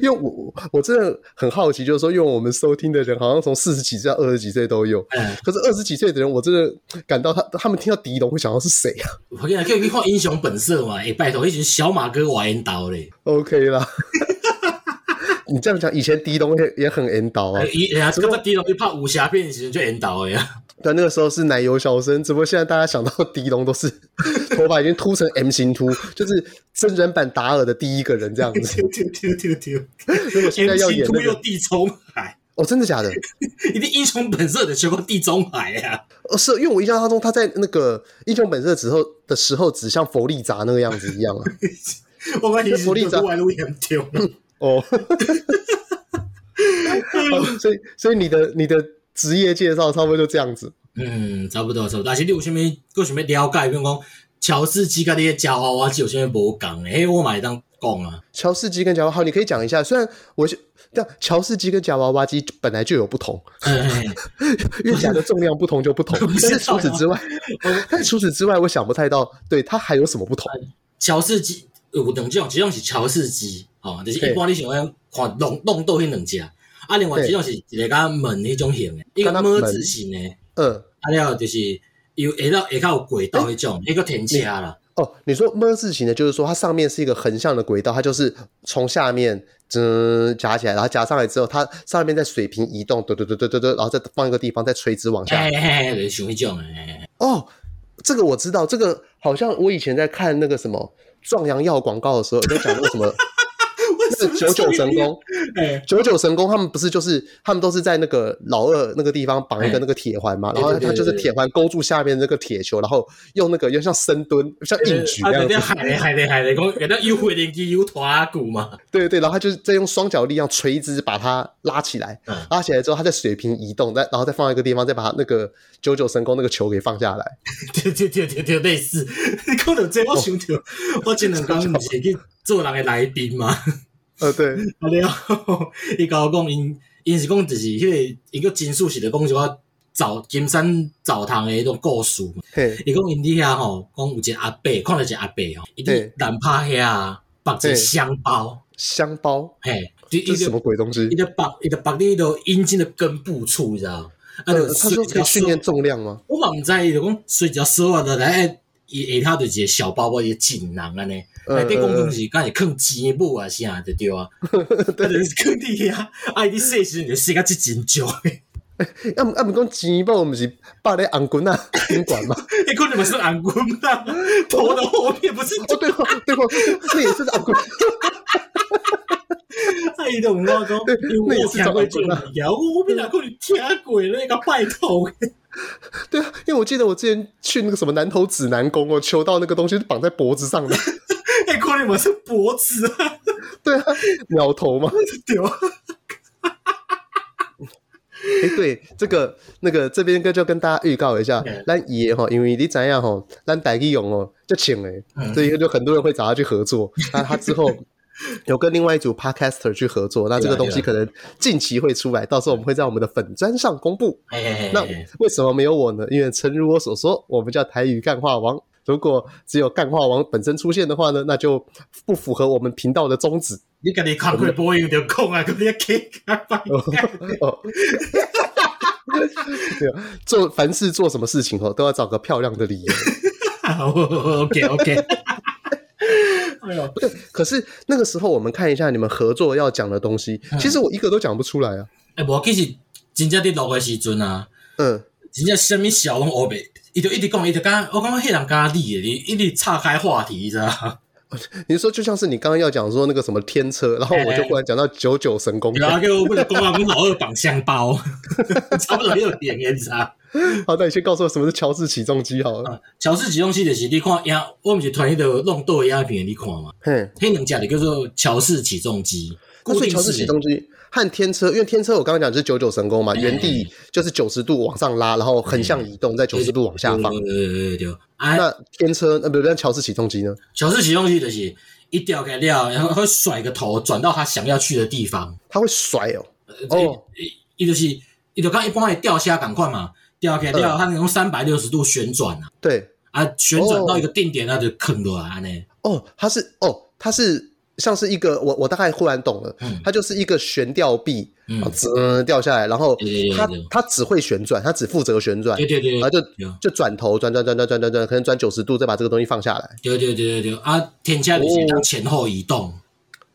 Speaker 1: 因为我我真的很好奇，就是说，因为我们收听的人好像从四十几岁到二十几岁都有，
Speaker 2: 嗯
Speaker 1: 可是二十几岁的人，我真的感到他他们听到狄龙会想到是谁啊
Speaker 2: 我跟你讲，叫你看英雄本色嘛，哎、拜托，迄阵小马哥外缘投咧，
Speaker 1: ？OK 啦， 你这样讲，以前狄龙也也很 N 导啊，
Speaker 2: 伊人家哎这个低龙去拍武侠片的时候就缘投的啊，
Speaker 1: 但那个时候是奶油小生，只不过现在大家想到狄龙都是 头发已经秃成 M 型秃，就是真人版达尔的第一个人这样子。
Speaker 2: 丢丢丢丢丢，
Speaker 1: 如果现在要演
Speaker 2: 突
Speaker 1: 那
Speaker 2: 又
Speaker 1: 个，
Speaker 2: 地中海，
Speaker 1: 哦，真的假的？
Speaker 2: 一定英雄本色的全部地中海啊，
Speaker 1: 哦，是因为我印象当中他在那个《英雄本色》之后的时候，只像佛利扎那个样子一样啊。
Speaker 2: 我感觉是
Speaker 1: 佛利扎
Speaker 2: 越来越严重了。
Speaker 1: 哦，好 所以所以你的你的职业介绍差不多就这样子。
Speaker 2: 嗯，差不多差不多。但是你有啥物，有啥物了解？比如讲，乔治基甲你的骄傲，我啊是有啥物无共诶？嘿，我嘛会当讲啊。
Speaker 1: 乔士基跟夹娃娃，好，你可以讲一下。虽然我是但乔士基跟夹娃娃机本来就有不同，
Speaker 2: 哎，
Speaker 1: 因为夹的重量不同 就不同
Speaker 2: 不。知道
Speaker 1: 但是除此之外，但是除此之外，我想不太到对它还有什么不同。
Speaker 2: 乔治基有两种，一种是乔治基，吼、就是一般你想要看弄弄到迄两只，啊，另外
Speaker 1: 对
Speaker 2: 一种是一个甲门迄种型诶，一个
Speaker 1: 敢若
Speaker 2: 么
Speaker 1: 门
Speaker 2: 字型诶，
Speaker 1: 嗯，
Speaker 2: 啊了后就是有下到下较有轨道迄种，迄个天车啦。
Speaker 1: 哦，你说么字形的，就是说它上面是一个横向的轨道，它就是从下面嗯夹起来，然后夹上来之后，它上面再水平移动，对对对对对对，然后再放一个地方，再垂直往下。
Speaker 2: 嘿嘿嘿，就是像迄种诶。
Speaker 1: 哦，这个我知道，这个好像我以前在看那个什么壮阳药广告的时候，有在讲那个 什么那个九九神功，
Speaker 2: 哎，
Speaker 1: 九九神功，他们不是就是他们都是在那个老二那个地方绑一个那个铁环嘛，
Speaker 2: 哎对
Speaker 1: 然后
Speaker 2: 对对
Speaker 1: 他就是
Speaker 2: 对对
Speaker 1: 铁环勾住下面那个铁球，然后用那个又像深蹲、像硬举
Speaker 2: 啊，
Speaker 1: 那样
Speaker 2: 就这，
Speaker 1: 子
Speaker 2: 害咧害咧害咧，讲下到又回连机又拖久嘛。
Speaker 1: 对对对，然后他就是再用双脚力量垂直把它拉起来
Speaker 2: 嗯，
Speaker 1: 拉起来之后，它再水平移动，再然后再放在一个地方，再把它那个九九神功那个球给放下来。
Speaker 2: 对对对对对，类似。你讲到这，我想到我前两天毋是去做人诶来宾嘛，
Speaker 1: 呃，对，
Speaker 2: 啊了后，伊甲我讲，因因是讲就是迄、个伊个真属实咧讲一寡澡金山澡堂诶迄种故事嘛。
Speaker 1: 嘿，
Speaker 2: 伊讲因伫遐吼，讲有一个阿伯，看到一个阿伯吼，伊伫
Speaker 1: 嘿
Speaker 2: 南趴遐啊，绑一个
Speaker 1: 嘿
Speaker 2: 香包，
Speaker 1: 香包
Speaker 2: 嘿，就伊
Speaker 1: 这是什
Speaker 2: 就
Speaker 1: 么鬼东西
Speaker 2: 伊？就绑伊就绑伫迄个阴茎的根部处，你知道吗？啊，
Speaker 1: 呃
Speaker 2: 就
Speaker 1: 他说可以训练重量吗？
Speaker 2: 我嘛毋知，伊就讲随只手啊，就来伊下骹就一个小包包，一个锦囊安尼，
Speaker 1: 嗯
Speaker 2: 内底讲
Speaker 1: 嗯
Speaker 2: 东是敢是囥钱母啊啥就对啊，啊就是囥伫遐，啊伊伫细时阵就细甲即真少，
Speaker 1: 啊毋啊毋讲钱包，毋是放咧红棍啊宾馆嘛？
Speaker 2: 迄可能嘛算红棍啊，头的后面不是
Speaker 1: 哦，对哦，对哦，那也是红棍。
Speaker 2: 啊伊就问我讲，
Speaker 1: 对
Speaker 2: 因为我听过即种
Speaker 1: 那也
Speaker 2: 物件，
Speaker 1: 是
Speaker 2: 我我边哪可能听过那个拜托，
Speaker 1: 对啊，因为我记得我之前去那个什么南投指南宫哦，求到那个东西是绑在脖子上的，
Speaker 2: 迄可能嘛是脖子啊，
Speaker 1: 对啊，鸟头嘛。
Speaker 2: 对啊，
Speaker 1: 哎、对，这个那个这边跟就跟大家预告一下
Speaker 2: 嗯，
Speaker 1: 咱爷哈，因为你怎样哈，咱台语用哦就请哎
Speaker 2: 嗯，
Speaker 1: 所以就很多人会找他去合作。那他 之后有跟另外一组 podcaster 去合作，那这
Speaker 2: 对啊
Speaker 1: 个东西
Speaker 2: 对
Speaker 1: 可能近期会出来，到时候我们会在我们的粉砖上公布。
Speaker 2: 嘿嘿嘿
Speaker 1: 那
Speaker 2: 嘿
Speaker 1: 为什么没有我呢？因为诚如我所说，我们叫台语干话王。如果只有干话王本身出现的话呢，那就不符合我们频道的宗旨。
Speaker 2: 你家己看过播音就讲啊，佮你去甲拜托。
Speaker 1: 哦， 对啊，做凡事做什么事情哦，都要找个漂亮的理由。
Speaker 2: 好，OK OK。哎呦，
Speaker 1: 对，可是那个时候我们看一下你们合作要讲的东西，其实我一个都讲不出来啊。
Speaker 2: 哎，无，其实真正伫录诶时阵啊，
Speaker 1: 嗯，
Speaker 2: 真正虾米小拢学袂，伊就一直讲，伊就讲，我感觉迄人敢你诶，你一直岔开话题，你知道 吗？
Speaker 1: 你说就像是你刚刚要讲说那个什么天车，然后我就忽然讲到九九神功，
Speaker 2: 然后叫我不就讲啊，阮老二绑香包， 差不多迄个点诶，你知道吗？
Speaker 1: 好，那你先告诉我什么是乔治起重机好了。
Speaker 2: 啊乔治吉东西就是你看影，啊我毋是传迄个弄豆的影片，你看嘛，
Speaker 1: 嘿，
Speaker 2: 迄两只就叫做乔氏起重机，
Speaker 1: 那
Speaker 2: 固
Speaker 1: 所以
Speaker 2: 定
Speaker 1: 乔
Speaker 2: 式
Speaker 1: 治起
Speaker 2: 的。
Speaker 1: 重机和天车，因为天车我刚刚讲是九九神功嘛，
Speaker 2: 嗯
Speaker 1: 原地就是九十度往上拉，然后横向移动，在九十度往下放
Speaker 2: 对。对对对对，啊，
Speaker 1: 那天车呃，不是，那乔治起重机呢？
Speaker 2: 乔治起重机就是一掉开料，然后会甩个头转到他想要去的地方。
Speaker 1: 它会甩哦。哦
Speaker 2: 哦，伊就是伊就跟一般的吊车赶快嘛，吊起来吊，它能用三百六十度旋转啊，
Speaker 1: 对，
Speaker 2: 啊旋转到一个定点，它就坑落来安尼。
Speaker 1: 哦，它是哦，它是像是一个我我大概忽然懂了，
Speaker 2: 嗯
Speaker 1: 它就是一个悬吊臂，
Speaker 2: 嗯
Speaker 1: 啊，滋掉下来，然后
Speaker 2: 对对对
Speaker 1: 它
Speaker 2: 对
Speaker 1: 它只会旋转，它只负责旋转，
Speaker 2: 对对对
Speaker 1: 然后就
Speaker 2: 对啊
Speaker 1: 哎就转头转转转转转转转，可能转九十度再把这个东西放下来，
Speaker 2: 对对对对对，啊，天车就是当前后移动，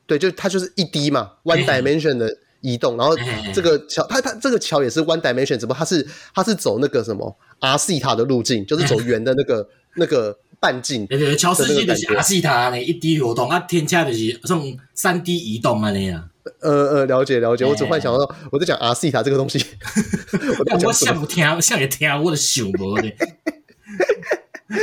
Speaker 1: 对，就它就是一滴嘛，one
Speaker 2: 嘿嘿
Speaker 1: dimension 的移动，然后
Speaker 2: 嘿嘿
Speaker 1: 这个桥它它这个桥也是 one dimension，只不过它是它是走那个什么 R C 塔的路径，就 是走圆的那个那个半径，
Speaker 2: 对对对，乔斯基就是
Speaker 1: 这个感觉
Speaker 2: 阿西塔安尼一滴流动，啊，天车就是种三 D 移动安尼啊，
Speaker 1: 呃呃，了解了解，我只
Speaker 2: 哎
Speaker 1: 幻想到我在讲 R C 塔这个 东西，我在
Speaker 2: 我
Speaker 1: 讲什
Speaker 2: 想
Speaker 1: 么？
Speaker 2: 不听，想会听，我都想无 咧。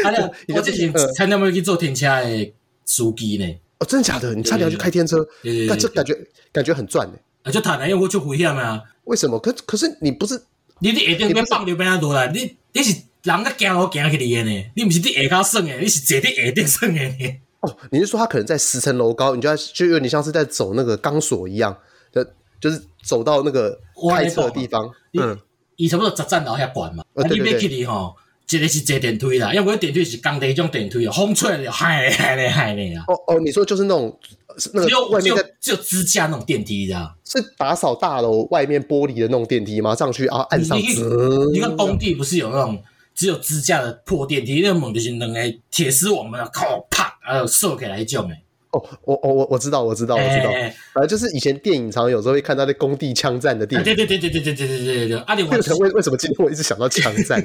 Speaker 2: 啊，我我之前
Speaker 1: 呃
Speaker 2: 差点要去做天车的司机呢，
Speaker 1: 哦，真的假的？你差点要去开天车，
Speaker 2: 对对对
Speaker 1: 但啊这
Speaker 2: 对，
Speaker 1: 感觉感觉很赚呢。
Speaker 2: 啊，就坦然，因为我就危险啊。
Speaker 1: 为什么？可可是你不是
Speaker 2: 你你下顶边放尿边啊落来，你你是人咧行路行起嚟的呢，你毋是伫下骹耍的，你是坐伫下顶耍的呢。
Speaker 1: 哦？你是说他可能在十层楼高，你就要就有点像是在走那个钢索一样，就就是走到那个
Speaker 2: 我来
Speaker 1: 开
Speaker 2: 讲
Speaker 1: 车的地方。
Speaker 2: 你
Speaker 1: 嗯，
Speaker 2: 伊差不多十站楼遐悬嘛，
Speaker 1: 呃
Speaker 2: 啊，
Speaker 1: 对
Speaker 2: 你
Speaker 1: 对对
Speaker 2: 要去哩吼，一个是坐电梯啦，因为电梯是工地迄种电梯哦，风吹了嗨咧嗨咧嗨咧啊，
Speaker 1: 哦哦，你说就是那种是那
Speaker 2: 只有
Speaker 1: 个呃外
Speaker 2: 只
Speaker 1: 面
Speaker 2: 有
Speaker 1: 在
Speaker 2: 只有支架那种电梯啦。
Speaker 1: 是打扫大楼外面玻璃的那种电梯吗？上去然后按
Speaker 2: 你
Speaker 1: 上，
Speaker 2: 你去
Speaker 1: 嗯
Speaker 2: 你看工地不是有那种只有支架的破电梯，那门就是两个铁丝网嘛，靠啪，还有射起来迄种诶。
Speaker 1: 哦，我我我我知道我哦知道我知道，
Speaker 2: 哎哎哎
Speaker 1: 反正就是以前电影常有时候会看到那工地枪战的电
Speaker 2: 啊对
Speaker 1: 影。
Speaker 2: 对对对对对对对对对，啊，另外
Speaker 1: 为什么为为什么今天我一直想到枪战？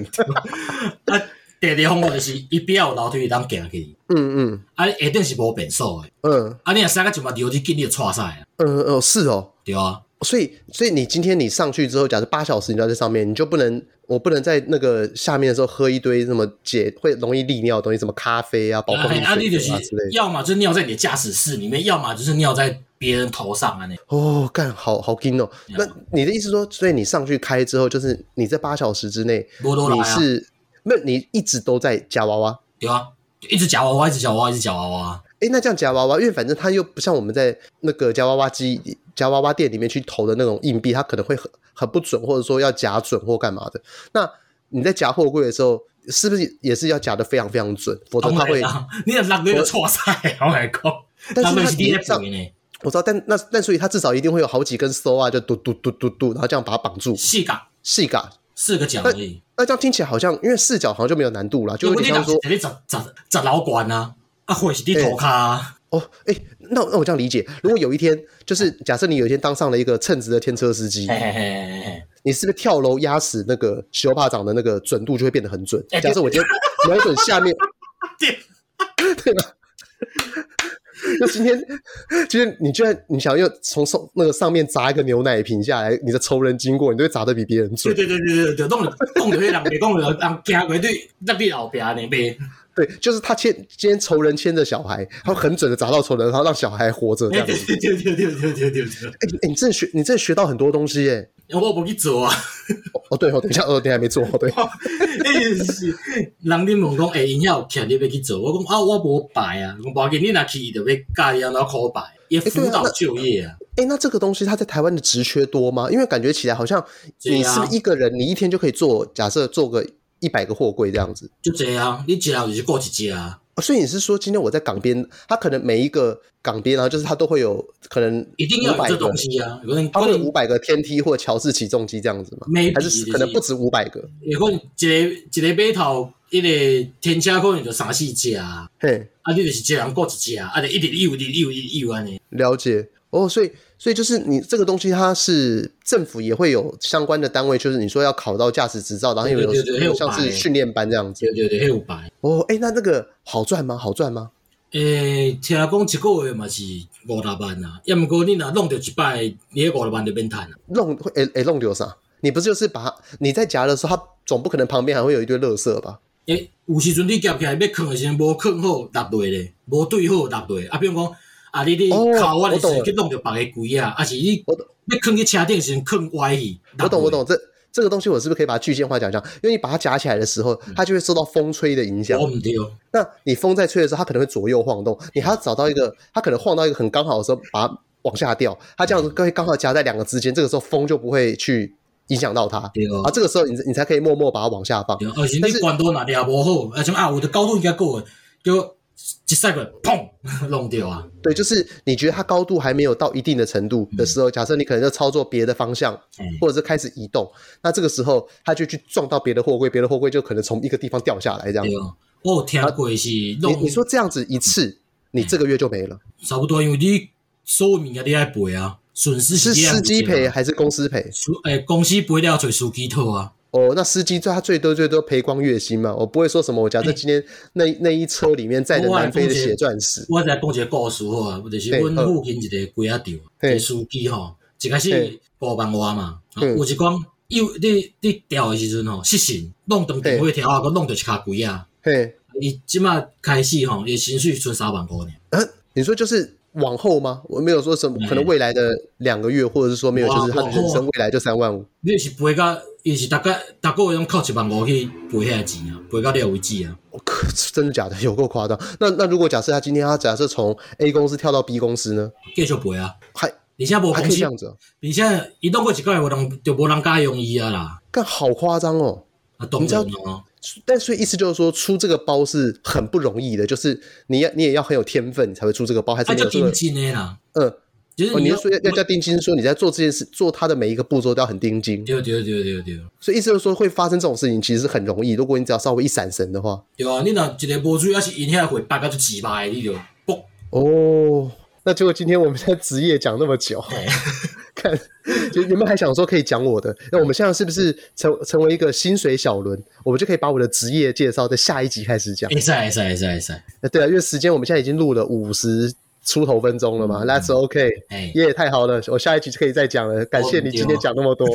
Speaker 2: 啊，第二个方法就是伊边有楼梯当行去，
Speaker 1: 嗯嗯
Speaker 2: 啊下顶是无便所的，
Speaker 1: 嗯
Speaker 2: 啊你若三个就嘛流去进你就错晒啊，
Speaker 1: 嗯哦是哦，
Speaker 2: 对啊，
Speaker 1: 所以所以你今天你上去之后，假设八小时你都要在上面，你就不能我不能在那个下面的时候喝一堆什么解会容易利尿的东西，什么咖啡啊、宝
Speaker 2: 啊
Speaker 1: 矿力
Speaker 2: 嘿啊你就
Speaker 1: 水
Speaker 2: 是
Speaker 1: 啊之类的。
Speaker 2: 要么就尿在你的驾驶室里面，要么就是尿在别人头上啊，那
Speaker 1: 哦，干好好劲哦！那你的意思说，所以你上去开之后，就是你在八小时之内，
Speaker 2: 无多
Speaker 1: 你
Speaker 2: 来啊，
Speaker 1: 是没有你一直都在夹娃娃。
Speaker 2: 对啊，就一直夹娃娃，一直夹啊娃娃，一直夹娃娃，
Speaker 1: 哎，那这样夹娃娃，因为反正它又不像我们在那个夹娃娃机、夹娃娃店里面去投的那种硬币，它可能会很很不准，或者说要夹准或干嘛的。那你在夹货柜的时候，是不是也是要夹的非常非常准？否则
Speaker 2: 当
Speaker 1: 它
Speaker 2: 然
Speaker 1: 会，
Speaker 2: 啦，你若落你就错晒，我来讲，
Speaker 1: 但
Speaker 2: 人
Speaker 1: 是它
Speaker 2: 就是你
Speaker 1: 连
Speaker 2: 咧
Speaker 1: 上
Speaker 2: 肥呢，
Speaker 1: 我知道，但那但所以它至少一定会有好几根丝啊，就嘟嘟嘟嘟嘟，然后这样把它绑住，
Speaker 2: 四角
Speaker 1: 细嘎。
Speaker 2: 四个角而已，
Speaker 1: 那这样听起来好像，因为视角好像就没有难度了，就有
Speaker 2: 我
Speaker 1: 点像说，
Speaker 2: 你十十十老管啊，啊或是你头骹啊，
Speaker 1: 哦，哎、那那我这样理解，如果有一天，就是假设你有一天当上了一个称职的天车司机，
Speaker 2: 嘿嘿嘿嘿嘿。
Speaker 1: 你是不是跳楼压死那个修帕长的那个准度就会变得很准？
Speaker 2: 哎
Speaker 1: 假设我今天 瞄准下面，
Speaker 2: 对
Speaker 1: 对吧？那今天，今天你居然你想要从上那个上面砸一个牛奶瓶下来，你的仇人经过，你都会砸得比别人
Speaker 2: 对
Speaker 1: 准。
Speaker 2: 对对对对对，弄弄着迄人袂讲着，人行过对，那你后壁呢袂，
Speaker 1: 对，就是他牵今天仇人牵着小孩，他很准的砸到仇人，然后让小孩活着
Speaker 2: 对
Speaker 1: 这样子。
Speaker 2: 对对对对对对对对，
Speaker 1: 哎、你真的学，你真的学到很多东西耶、
Speaker 2: 我无去做啊，
Speaker 1: 哦哦，对哦，等一下，哦，你还没做，哦对。
Speaker 2: 迄是人恁问讲，哎，因遐有欠你要去做，我讲啊，我无排啊，讲无要紧，你若去伊就要教你安怎考排，伊辅导就业啊，
Speaker 1: 哎，那这个东西它在台湾的职缺多吗？因为感觉起来好像
Speaker 2: 对
Speaker 1: 你
Speaker 2: 啊
Speaker 1: 是不是一个人，你一天就可以做，假设做个一百个货柜这样子、
Speaker 2: 就这样，你一人就是顾一只啊，
Speaker 1: 哦所以你是说，今天我在港边，它可能每一个港边啊，就是它都会有可能
Speaker 2: 一定要
Speaker 1: 五
Speaker 2: 有
Speaker 1: 百
Speaker 2: 这
Speaker 1: 个
Speaker 2: 东，西啊，有人
Speaker 1: 它
Speaker 2: 可
Speaker 1: 会有
Speaker 2: 能
Speaker 1: 五百个天梯或乔氏起重机这样子吗
Speaker 2: Maybe，
Speaker 1: 还是可能不止五百个？
Speaker 2: 有可能一个一个码头，迄个天车可能就三四只啊，
Speaker 1: 嘿，
Speaker 2: 啊，你就是一人顾一只啊，啊，就一直游，一直游，一直游安尼。
Speaker 1: 了解哦。所以，所以就是你这个东西，它是政府也会有相关的单位，就是你说要考到驾驶执照，然后有
Speaker 2: 对对对还有
Speaker 1: 像
Speaker 2: 白
Speaker 1: 是训练班这样子。
Speaker 2: 对对对，迄有排。
Speaker 1: 哦，哎，那那个好赚吗？好赚吗？
Speaker 2: 诶、呃听讲一个月嘛是五六万啊，要毋过你若弄着一摆，你迄五六万就免趁啊。
Speaker 1: 弄会诶诶弄丢啥？你不是就是把它你在夹的时候，它总不可能旁边还会有一堆垃圾吧？
Speaker 2: 诶、有时阵你夹起来要囥诶时阵，无囥好落落咧，无对好落落。啊，比如讲，啊，你你
Speaker 1: 哦
Speaker 2: 靠我
Speaker 1: 我
Speaker 2: 的时
Speaker 1: 懂
Speaker 2: 候
Speaker 1: 了
Speaker 2: 去弄着别个鬼啊，啊是你
Speaker 1: 我懂
Speaker 2: 要囥去车顶的时阵囥歪去。
Speaker 1: 我懂，
Speaker 2: 落
Speaker 1: 我
Speaker 2: 落
Speaker 1: 懂。这这个东西我是不是可以把它具象化讲一下？因为你把它夹起来的时候，它就会受到风吹的影响
Speaker 2: 嗯我。嗯毋对，哦
Speaker 1: 那你风在吹的时候，它可能会左右晃动，你还要找到一个，它可能晃到一个很刚好的时候，把它往下掉。它这样子
Speaker 2: 嗯
Speaker 1: 会刚好夹在两个之间，这个时候风就不会去影响到它。
Speaker 2: 对哦
Speaker 1: 啊，这个时候你你才
Speaker 2: 嗯
Speaker 1: 可以默默把它往下放。
Speaker 2: 对，而且
Speaker 1: 但
Speaker 2: 你
Speaker 1: 是
Speaker 2: 管道若掠无好，啊什么啊，有的高度应该够诶，叫一赛过砰 弄掉啊，
Speaker 1: 对，就是你觉得它高度还没有到一定的程度的时候，假设你可能就操作别的方向，
Speaker 2: 嗯
Speaker 1: 或者是开始移动，那这个时候它就去撞到别的货柜，别的货柜就可能从一个地方掉下来这样。
Speaker 2: 对
Speaker 1: 你
Speaker 2: 啊。我有听过是弄
Speaker 1: 啊
Speaker 2: 嗯
Speaker 1: 你说这样子一次，你这个月就没了，
Speaker 2: 差不多，因为你所有物件你爱赔啊，损失
Speaker 1: 是
Speaker 2: 你要
Speaker 1: 司机
Speaker 2: 赔
Speaker 1: 赔
Speaker 2: 啊，
Speaker 1: 还是公司赔？
Speaker 2: 司诶公司赔了找司机套啊，
Speaker 1: 哦，那司机最他最多最多赔光月薪嘛，我不会说什么。我
Speaker 2: 哎
Speaker 1: 假设今天那那一车里面载的南非的血钻石，
Speaker 2: 我再讲一个故事好啊，就是
Speaker 1: 嘿
Speaker 2: 阮
Speaker 1: 好
Speaker 2: 附近一个龟仔店，一
Speaker 1: 嘿
Speaker 2: 个司机吼，一开
Speaker 1: 嘿
Speaker 2: 始五万外嘛，啊
Speaker 1: 嗯
Speaker 2: 有一讲有你你调的时阵吼失信，弄断电话条啊，佮弄着一骹龟啊，
Speaker 1: 嘿，
Speaker 2: 伊即马开始吼，伊薪水剩三万块呢，
Speaker 1: 啊，你说就是往后吗？我没有说什么，可能未来的两个月，或者是说没有，
Speaker 2: 嗯哇啊
Speaker 1: 就是他的人生未来就三万五。
Speaker 2: 你是赔到伊是大概大个月拢扣一万五去赔遐钱啊，赔到了为止啊，
Speaker 1: 我靠， 真的假的？有够夸张。那那如果假设他今天他假设从 A 公司跳到 B 公司呢，
Speaker 2: 继续赔啊，
Speaker 1: 还
Speaker 2: 而且无
Speaker 1: 还
Speaker 2: 公
Speaker 1: 可以这
Speaker 2: 司
Speaker 1: 样子、哦，
Speaker 2: 而且伊弄过一个月，无人就无人敢用伊啊啦，
Speaker 1: 干好夸张哦。
Speaker 2: 啊，当
Speaker 1: 你知道
Speaker 2: 然咯，
Speaker 1: 但所以意思就是说，出这个包是很不容易的，就是你要你也要很有天分，你才会出这个包，还是
Speaker 2: 啊，
Speaker 1: 你有
Speaker 2: 就
Speaker 1: 这个
Speaker 2: 定金的啦，
Speaker 1: 嗯。
Speaker 2: 就是
Speaker 1: 哦，你
Speaker 2: 要
Speaker 1: 是说要要叫丁金说你在做这件事，做他的每一个步骤都要很盯紧，
Speaker 2: 对对对对对，
Speaker 1: 所以意思就是说会发生这种事情其实是很容易，如果你只要稍微一闪神的话，
Speaker 2: 对啊，你若一个无注意，还是因遐会白到就鸡巴的，你就不
Speaker 1: 哦，那结果今天我们在职业讲那么久， 看就你们还想说可以讲我的，那我们现在是不是成成为一个薪水小轮，我们就可以把我的职业介绍在下一集开始讲？
Speaker 2: 会使会使会使会使，
Speaker 1: 呃对啊，因为时间我们现在已经录了五十出头分钟了
Speaker 2: 嗯
Speaker 1: 嘛、t h a t s OK，
Speaker 2: 哎，
Speaker 1: 耶、太好了，我下一集就可以再讲了，感谢你今天讲那么多。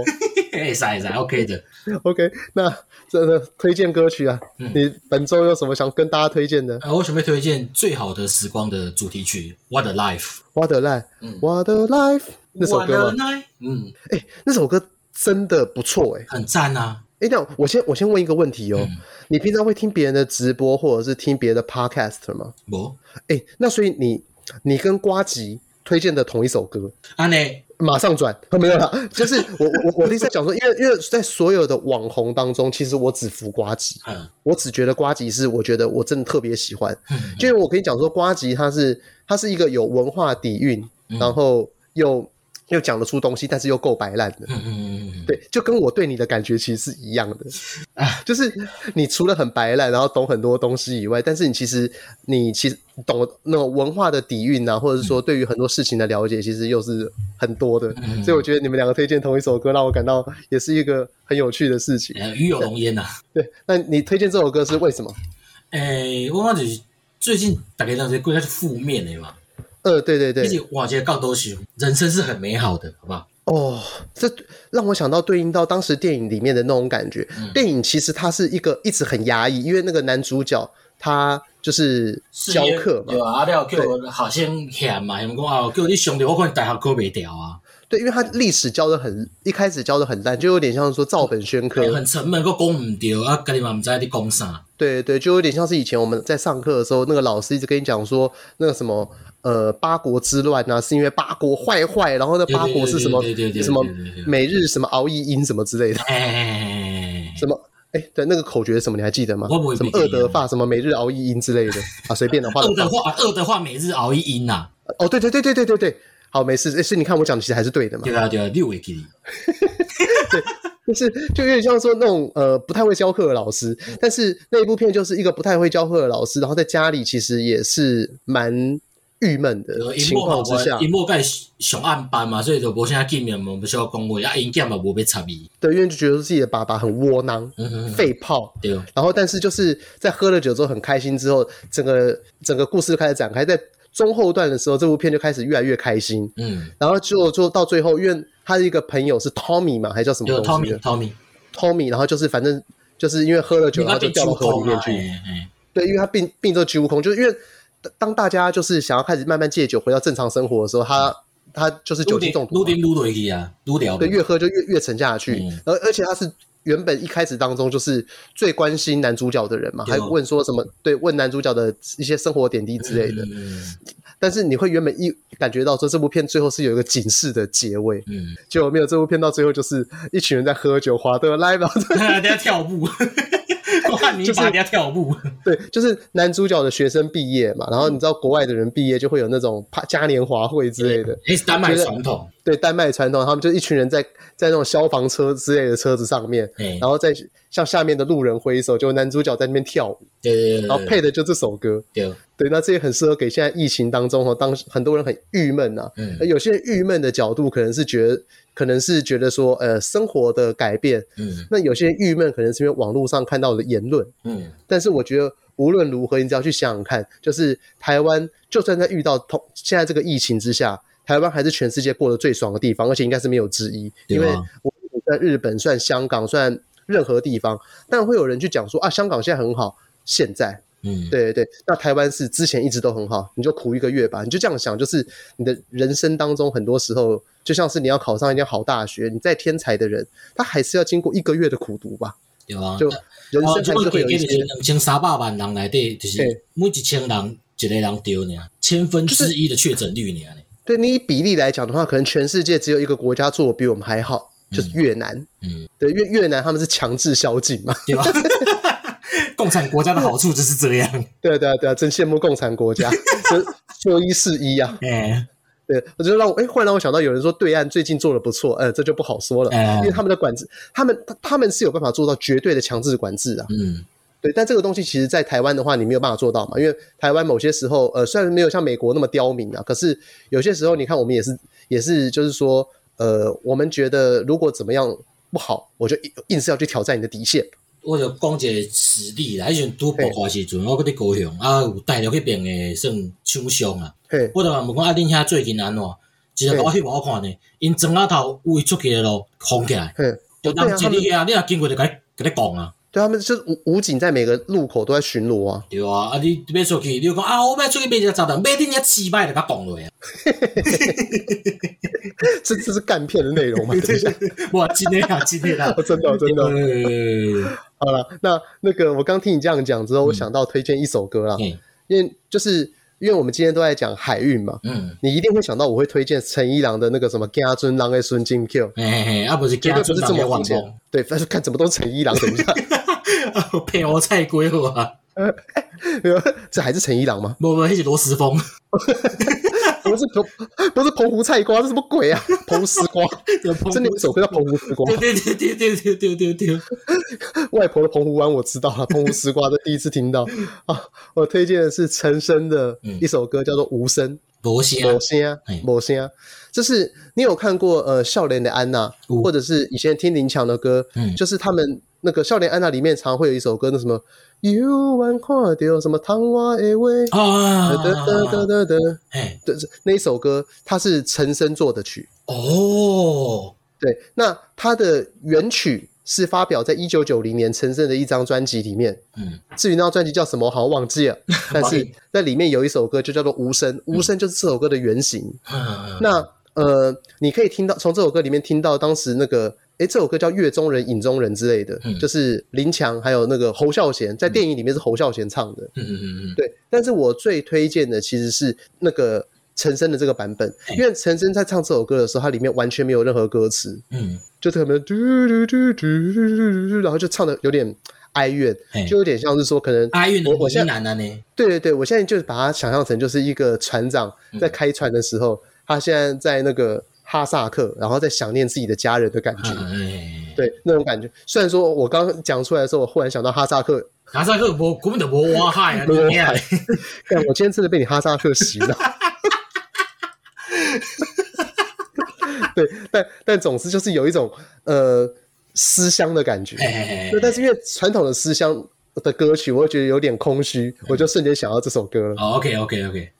Speaker 2: 会使会使，OK 的，
Speaker 1: OK，那这个推荐歌曲啊，
Speaker 2: 嗯
Speaker 1: 你本周有什么想跟大家推荐的？
Speaker 2: 啊，我想要推荐最好的时光的主题曲《What a Life》
Speaker 1: 我的 life，
Speaker 2: 嗯
Speaker 1: 我的 life 那首歌
Speaker 2: What a
Speaker 1: 吗？
Speaker 2: Life，嗯，
Speaker 1: 哎、那首歌真的不错哎、
Speaker 2: 很赞啊，
Speaker 1: 哎、那我先我先问一个问题哦，
Speaker 2: 嗯
Speaker 1: 你平常会听别人的直播或者是听别的 podcast 吗？
Speaker 2: 无，
Speaker 1: 哎、那所以你你跟瓜吉推荐的同一首歌，
Speaker 2: 安尼，
Speaker 1: 马上 转，哦没有啦，就是我我我我的意思在讲说，因为因为在所有的网红当中，其实我只服瓜吉，
Speaker 2: 嗯
Speaker 1: 我只觉得瓜吉是我觉得我真的特别喜欢，
Speaker 2: 嗯
Speaker 1: 就是我跟你讲说，瓜吉他是他是一个有文化底蕴，然后又又讲得出东西，但是又够摆烂的。
Speaker 2: 嗯嗯嗯，
Speaker 1: 对，就跟我对你的感觉其实是一样的，
Speaker 2: 啊
Speaker 1: 就是你除了很白烂，然后懂很多东西以外，但是你其实你其实懂那种文化的底蕴啊，或者是说对于很多事情的了解，其实又是很多的。
Speaker 2: 嗯
Speaker 1: 所以我觉得你们两个推荐同一首歌，让我感到也是一个很有趣的事情。
Speaker 2: 呃，鱼有龙烟呐。
Speaker 1: 对，那你推荐这首歌是为什么？
Speaker 2: 诶、我感觉就是最近大家都在过较是负面的嘛，
Speaker 1: 呃，对对
Speaker 2: 一
Speaker 1: 对，
Speaker 2: 直往前高都想，人生是很美好的，好不好？
Speaker 1: 哦，这让我想到对应到当时电影里面的那种感觉。
Speaker 2: 嗯
Speaker 1: 电影其实它是一个一直很压抑，因为那个男主角他就是教课嘛
Speaker 2: 对，啊，啊了叫学生嫌嘛，嫌讲啊，叫你上着，我可能大学考袂掉啊，
Speaker 1: 对，因为他历史教的很，一开始教的很烂，就有点像说照本宣科。
Speaker 2: 哦很沉闷，佫讲毋对，啊，家己嘛毋知你讲啥，
Speaker 1: 对对，就有点像是以前我们在上课的时候，那个老师一直跟你讲说，那个什么呃八国之乱啊，是因为八国坏坏，然后那
Speaker 2: 对对
Speaker 1: 八国是什么
Speaker 2: 对对对对
Speaker 1: 什么
Speaker 2: 对对对对
Speaker 1: 每日什么熬夜音什么之类的，
Speaker 2: 诶、
Speaker 1: 什么。哎，对，那个口诀是什么？你还记得吗
Speaker 2: 我不？会
Speaker 1: 什么
Speaker 2: 记得
Speaker 1: 二德法，什么每日熬夜音之类的啊，随便的话。
Speaker 2: 恶的话，恶的话，每日熬一音呐、啊，
Speaker 1: 哦，对对对对对对对，好，没事。哎，是你看我讲的其实还是对的嘛。
Speaker 2: 对啊，对啊，你有会记哩，
Speaker 1: 就是就有点像说那种呃不太会教课的老师，
Speaker 2: 嗯
Speaker 1: 但是那一部片就是一个不太会教课的老师，然后在家里其实也是蛮郁闷的
Speaker 2: 因
Speaker 1: 情况之下
Speaker 2: 因，某甲伊上暗班嘛，所以就无啥见面，无需要讲话，啊，因囝嘛无要插伊，
Speaker 1: 对，因为就觉得自己的爸爸很窝囊、
Speaker 2: 嗯嗯，
Speaker 1: 废炮。
Speaker 2: 对。
Speaker 1: 然后，但是就是在喝了酒之后很开心之后，整个整个故事就开始展开。在中后段的时候，这部片就开始越来越开心。
Speaker 2: 嗯，
Speaker 1: 然后就就到最后，因为他的一个朋友是 Tommy 嘛，还叫什
Speaker 2: 有
Speaker 1: 么东
Speaker 2: Tommy
Speaker 1: 西啊的
Speaker 2: Tommy，
Speaker 1: Tommy，然后就是反正就是因为喝了酒，
Speaker 2: 你
Speaker 1: 然后
Speaker 2: 那
Speaker 1: 就
Speaker 2: 边
Speaker 1: 掉到
Speaker 2: 九
Speaker 1: 河里
Speaker 2: 空
Speaker 1: 面
Speaker 2: 啊，
Speaker 1: 去。
Speaker 2: 哎哎，
Speaker 1: 对，因为他病病都几乎空，就是因为当当大家就是想要开始慢慢戒酒，回到正常生活的时候，他他就是酒精中毒
Speaker 2: 撸
Speaker 1: 嘛，
Speaker 2: 丁撸落去啊，撸掉
Speaker 1: 对，越喝就越越沉下去
Speaker 2: 嗯，
Speaker 1: 而、而且他是。原本一开始当中就是最关心男主角的人嘛，
Speaker 2: 对
Speaker 1: 还
Speaker 2: 哦
Speaker 1: 问说什么对问男主角的一些生活点滴之类的。
Speaker 2: 嗯
Speaker 1: 但是你会原本一感觉到说这部片最后是有一个警示的结尾，
Speaker 2: 嗯，
Speaker 1: 结果没 有。这部片到最后就是一群人在喝酒，华德来吧，
Speaker 2: 等下跳舞，看你
Speaker 1: 就是
Speaker 2: 把人家跳舞，
Speaker 1: 对，就是男主角的学生毕业嘛，然
Speaker 2: 嗯
Speaker 1: 后你知道国外的人毕业就会有那种帕嘉年华会之类的，
Speaker 2: 那是丹麦传统。
Speaker 1: 对，丹麦传统，他们就一群人在在那种消防车之类的车子上面，
Speaker 2: 哎，
Speaker 1: 然后在向下面的路人挥手，就男主角在那边跳舞，
Speaker 2: 对对对，
Speaker 1: 然后配的就这首歌。
Speaker 2: 对，
Speaker 1: 对，那这也很适合给现在疫情当中哦，当很多人很郁闷呐、
Speaker 2: 嗯
Speaker 1: 而有些人郁闷的角度可能是觉得，可能是觉得说，呃，生活的改变。
Speaker 2: 嗯
Speaker 1: 那有些人郁闷，可能是因为网络上看到的言论。
Speaker 2: 嗯，
Speaker 1: 但是我觉得无论如何，你只要去想想看，就是台湾就算在遇到同现在这个疫情之下，台湾还是全世界过得最爽的地方，而且应该是没有之一。
Speaker 2: 对
Speaker 1: 因
Speaker 2: 啊
Speaker 1: 为我在日本、算香港、算任何地方，但会有人去讲说啊，香港现在很好。现在，
Speaker 2: 嗯，
Speaker 1: 对对对，那台湾是之前一直都很好，你就苦一个月吧，你就这样想，就是你的人生当中很多时候，就像是你要考上一间好大学，你再天才的人，他还是要经过一个月的苦读吧，
Speaker 2: 对啊。
Speaker 1: 就人
Speaker 2: 哦，
Speaker 1: 生
Speaker 2: 即
Speaker 1: 还是
Speaker 2: 个
Speaker 1: 会有一
Speaker 2: 计就是
Speaker 1: 些。
Speaker 2: 两千三百万人内底，就是
Speaker 1: 嘿
Speaker 2: 每一千人一个人丢呢，千分之一的确诊率呢。
Speaker 1: 对你以比例来讲的话，可能全世界只有一个国家做的比我们还好，就是越南。
Speaker 2: 嗯，
Speaker 1: 对，越越南他们是强制宵禁嘛。
Speaker 2: 对吧？共产国家的好处就是这样。
Speaker 1: 对啊对啊对啊，真羡慕共产国家， 就说一是一啊。
Speaker 2: 哎
Speaker 1: 对，我就让我哎，忽然让我想到有人说对岸最近做的不错，呃，这就不好说了，
Speaker 2: 哎
Speaker 1: 因为他们的管制，他们他他们是有办法做到绝对的强制管制啊。
Speaker 2: 嗯，
Speaker 1: 对，但这个东西其实，在台湾的话，你没有办法做到嘛，因为台湾某些时候，呃，虽然没有像美国那么刁民啊，可是有些时候，你看我们也是，也是，就是说，呃，我们觉得如果怎么样不好，我就硬硬是要去挑战你的底线。
Speaker 2: 我就讲一个实例啦，迄阵拄爆发时阵，我搁伫高雄，啊有带着迄边诶算厂商啊，
Speaker 1: 嘿，
Speaker 2: 我就问讲啊，恁遐最近安怎？一个甲我翕互我看呢，因庄仔头有伊出去诶路封起来，
Speaker 1: 嘿，
Speaker 2: 就
Speaker 1: 哦对
Speaker 2: 人
Speaker 1: 啊，
Speaker 2: 一
Speaker 1: 他们
Speaker 2: 你啊，你若经过就甲你甲你讲啊，
Speaker 1: 对他们就是武武警在每个路口都在巡逻啊，
Speaker 2: 对啊，啊你要出去，你就讲啊，我要出去买一个炸弹，买恁遐试卖就甲讲落啊，
Speaker 1: 这这是干片的内容嘛？等一下，
Speaker 2: 哇，真诶啊，真诶啦
Speaker 1: 哦，真的哦真的哦。
Speaker 2: 的，
Speaker 1: 好了，那那个我刚听你这样讲之后，我想到推荐一首歌啦，
Speaker 2: 嗯
Speaker 1: 因为就是因为我们今天都在讲海运嘛，
Speaker 2: 嗯，
Speaker 1: 你一定会想到我会推荐陈一郎的那个什么《家尊郎的孙金 Q》，
Speaker 2: 嘿嘿嘿，啊不是
Speaker 1: 绝
Speaker 2: 惊
Speaker 1: 对不
Speaker 2: 准
Speaker 1: 是这
Speaker 2: 人
Speaker 1: 么
Speaker 2: 咧
Speaker 1: 肤
Speaker 2: 网
Speaker 1: 浅
Speaker 2: 红，。
Speaker 1: 对，但是看怎么都是陈一郎，等一下，
Speaker 2: 啊配我菜龟好啊，
Speaker 1: 没有 这还是陈一 郎吗？
Speaker 2: 无无迄是螺丝风。
Speaker 1: 不是澎，不是澎湖菜瓜，这什么鬼 啊？澎丝瓜，真的有一首歌叫澎湖丝瓜。
Speaker 2: 对对对对对对对对对，
Speaker 1: 外婆的澎湖湾我知道了，澎湖丝瓜这第一次听到啊。我推荐的是陈升的
Speaker 2: 嗯
Speaker 1: 一首歌，叫做《无声》。
Speaker 2: 无声
Speaker 1: 某些啊
Speaker 2: 嘿，
Speaker 1: 某些啊，就是你有看过呃《笑脸的安娜》，
Speaker 2: 有
Speaker 1: 或者是以前听林强的歌，
Speaker 2: 嗯
Speaker 1: 就是他们那个《笑脸安娜》里面常会有一首歌，那什么“有晚看到哦什么汤瓦的味”，
Speaker 2: 啊
Speaker 1: 得，得得得得，
Speaker 2: 哎，
Speaker 1: 对，是那一首歌它是陈升做的曲，
Speaker 2: 哦，
Speaker 1: 对，那它的原曲是发表在一九九零年陈升的一张专辑里面，
Speaker 2: 嗯，
Speaker 1: 至于那张专辑叫什么，我好像忘 记了，但
Speaker 2: 忘
Speaker 1: 是
Speaker 2: 记
Speaker 1: 在里面有一首歌就叫做《无声》，无声就是这首歌的原型。
Speaker 2: 那
Speaker 1: 那呃，你可以听到从这首歌里面听到当时那个，诶，这首歌叫《月中人》《影中人》之类的，
Speaker 2: 嗯
Speaker 1: 就是林强还有那个侯孝贤，在电影里面是侯孝贤唱的。
Speaker 2: 嗯嗯嗯
Speaker 1: 对，但是我最推荐的其实是那个陈升的这个版本，
Speaker 2: 哎
Speaker 1: 因为陈升在唱这首歌的时候，它里面完全没有任何歌词，
Speaker 2: 嗯，
Speaker 1: 就特别嘟嘟嘟嘟嘟嘟嘟，然后就唱的有点哀怨
Speaker 2: 哎，
Speaker 1: 就有点像是说可能
Speaker 2: 阿运的
Speaker 1: 我我
Speaker 2: 疑
Speaker 1: 现在
Speaker 2: 难啊呢，
Speaker 1: 对对对，我现在就是把它想象成就是一个船长在开船的时候，他现在在那个哈萨克，然后在想念自己的家人的感觉，
Speaker 2: 哎，
Speaker 1: 对那种感觉。虽然说我刚刚讲出来的时候，我忽然想到哈萨克，
Speaker 2: 拿这个无根本就无挖海啊，
Speaker 1: 我
Speaker 2: 你啊，
Speaker 1: 但我今天真的被你哈萨克洗脑。 对，但但总之就是有一种呃思乡的感觉。
Speaker 2: 哎，
Speaker 1: 对，但是因为传统的思乡的歌曲，我会觉得有点空虚，我就瞬间想到这首歌了。
Speaker 2: OK OK OK，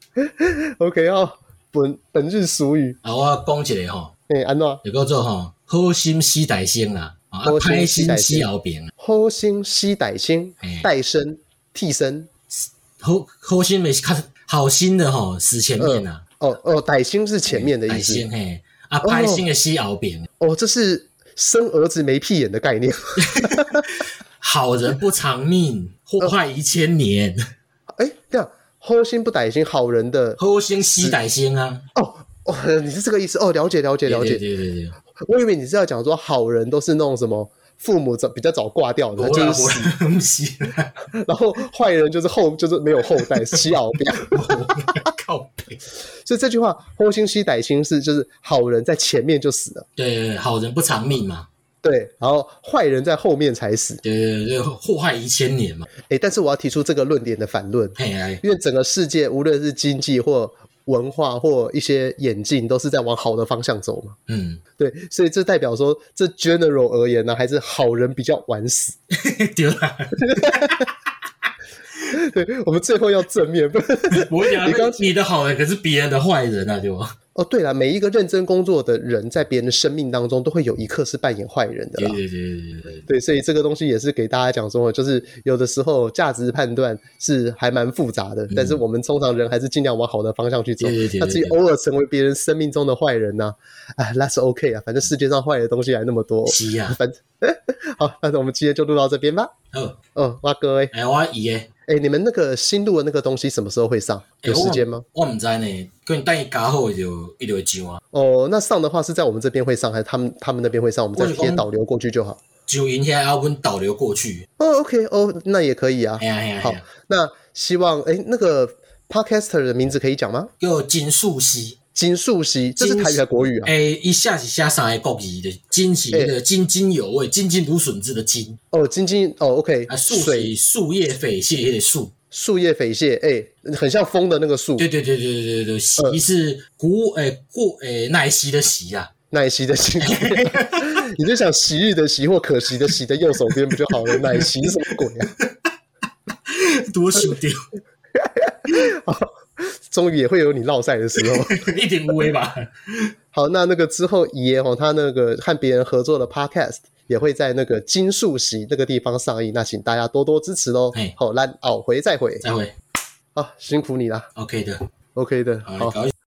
Speaker 1: OK 哦，本本日俗语，
Speaker 2: 啊，我讲一个吼，
Speaker 1: 哎、安娜，
Speaker 2: 就叫做吼，好心死大生啦，啊，歹心死后边啊，
Speaker 1: 好心吸歹心
Speaker 2: 哎，
Speaker 1: 代身替身，
Speaker 2: 好好心的是较好心的吼，死前面啊。
Speaker 1: 哦哦，歹心是前面的
Speaker 2: 海
Speaker 1: 意思
Speaker 2: 鲜嘿，啊，拍新的西敖饼，
Speaker 1: 哦，这是生儿子没屁眼的概念。
Speaker 2: 好人不长命，祸害一千年。
Speaker 1: 哎、这样好心不歹心，好人的
Speaker 2: 好心西歹心啊，
Speaker 1: 哦哦，你是这个意思哦，了解了解了解，
Speaker 2: 对对对对，
Speaker 1: 我以为你是要讲说好人都是那种什么父母早比较早挂掉的，
Speaker 2: 无
Speaker 1: 就
Speaker 2: 啦
Speaker 1: 是 死，
Speaker 2: 无啦，啊不是啦，
Speaker 1: 然后坏人就是后就是没有后代，西奥 比
Speaker 2: 靠北。
Speaker 1: 所以这句话“后心西歹心”是就是好人在前面就死了，
Speaker 2: 对对对，好人不长命嘛，
Speaker 1: 对，然后坏人在后面才死。
Speaker 2: 对对对，祸害一千年嘛。
Speaker 1: 诶，但是我要提出这个论点的反论，
Speaker 2: 嘿哎，
Speaker 1: 因为整个世界无论是经济或文化或一些演进，都是在往好的方向走嘛。
Speaker 2: 嗯，
Speaker 1: 对，所以这代表说，这 general 而言呢，还是好人比较晚死。
Speaker 2: 对啦，
Speaker 1: 对我们最后要正面，不然
Speaker 2: 我讲
Speaker 1: 你刚
Speaker 2: 你的好人可是别人的坏人啊，对吧？
Speaker 1: 哦，对了，每一个认真工作的人，在别人的生命当中，都会有一刻是扮演坏人的
Speaker 2: 对
Speaker 1: 啦。
Speaker 2: 对对对对对，
Speaker 1: 对，所以这个东西也是给大家讲说，就是有的时候价值判断是还蛮复杂的，但是我们通常人还是尽量往好的方向去走
Speaker 2: 嗯对对对。
Speaker 1: 那至于
Speaker 2: 对对
Speaker 1: 偶尔成为别人生命中的坏人呢、 啊，哎，that's OK 啊，反正世界上坏的东西还那么多。
Speaker 2: 是啊，
Speaker 1: 反正好，那我们今天就录到这边吧。
Speaker 2: 好，
Speaker 1: 哦，哇哥哎，
Speaker 2: 哎，我伊诶，
Speaker 1: 哎，你们那个新录的那个东西什么时候会上？
Speaker 2: 啊
Speaker 1: 有时间吗？
Speaker 2: 我毋知呢，可能等伊加好伊就伊就会上啊，
Speaker 1: 哦，那上的话是在我们这边会上，还是他们他们那边会上？我们再
Speaker 2: 我是
Speaker 1: 贴
Speaker 2: 讲
Speaker 1: 导流过去就好。
Speaker 2: 上因遐啊，阮导流过去，
Speaker 1: 哦，OK，哦，那也可以啊
Speaker 2: 哎。呀哎呀哎
Speaker 1: 好
Speaker 2: 呀，，
Speaker 1: 那希望哎，那个 podcaster 的名字可以讲吗？
Speaker 2: 叫金素熙，
Speaker 1: 金素汐，这是台语还是国语啊？
Speaker 2: 诶，伊写是写三个国字的，金是那个津津有味，津津如笋子的津，
Speaker 1: 哦，金金哦，OK，
Speaker 2: 啊，素
Speaker 1: 水
Speaker 2: 是树叶匪蟹迄个树，
Speaker 1: 树叶匪蟹，哎，很像风的那个树，
Speaker 2: 对对对对对对
Speaker 1: 呃
Speaker 2: 对，席是古诶过诶奶昔的席啊，
Speaker 1: 奶昔的昔， 你就想昔日的昔或可惜的惜的右手边不就好 了？奶昔什么鬼啊？
Speaker 2: 多想着
Speaker 1: 终于也会有你落赛的时 候。
Speaker 2: 一点无为吧，
Speaker 1: 好，那那个之后，爷哦，他那个和别人合作的 podcast 也会在那个金素席那个地方上映，那请大家多多支持喽
Speaker 2: 嘿。
Speaker 1: 好，那熬回再回，
Speaker 2: 再会
Speaker 1: 啊，辛苦你啦
Speaker 2: ，OK 的，
Speaker 1: ，OK 的，
Speaker 2: 好，
Speaker 1: 好
Speaker 2: 搞。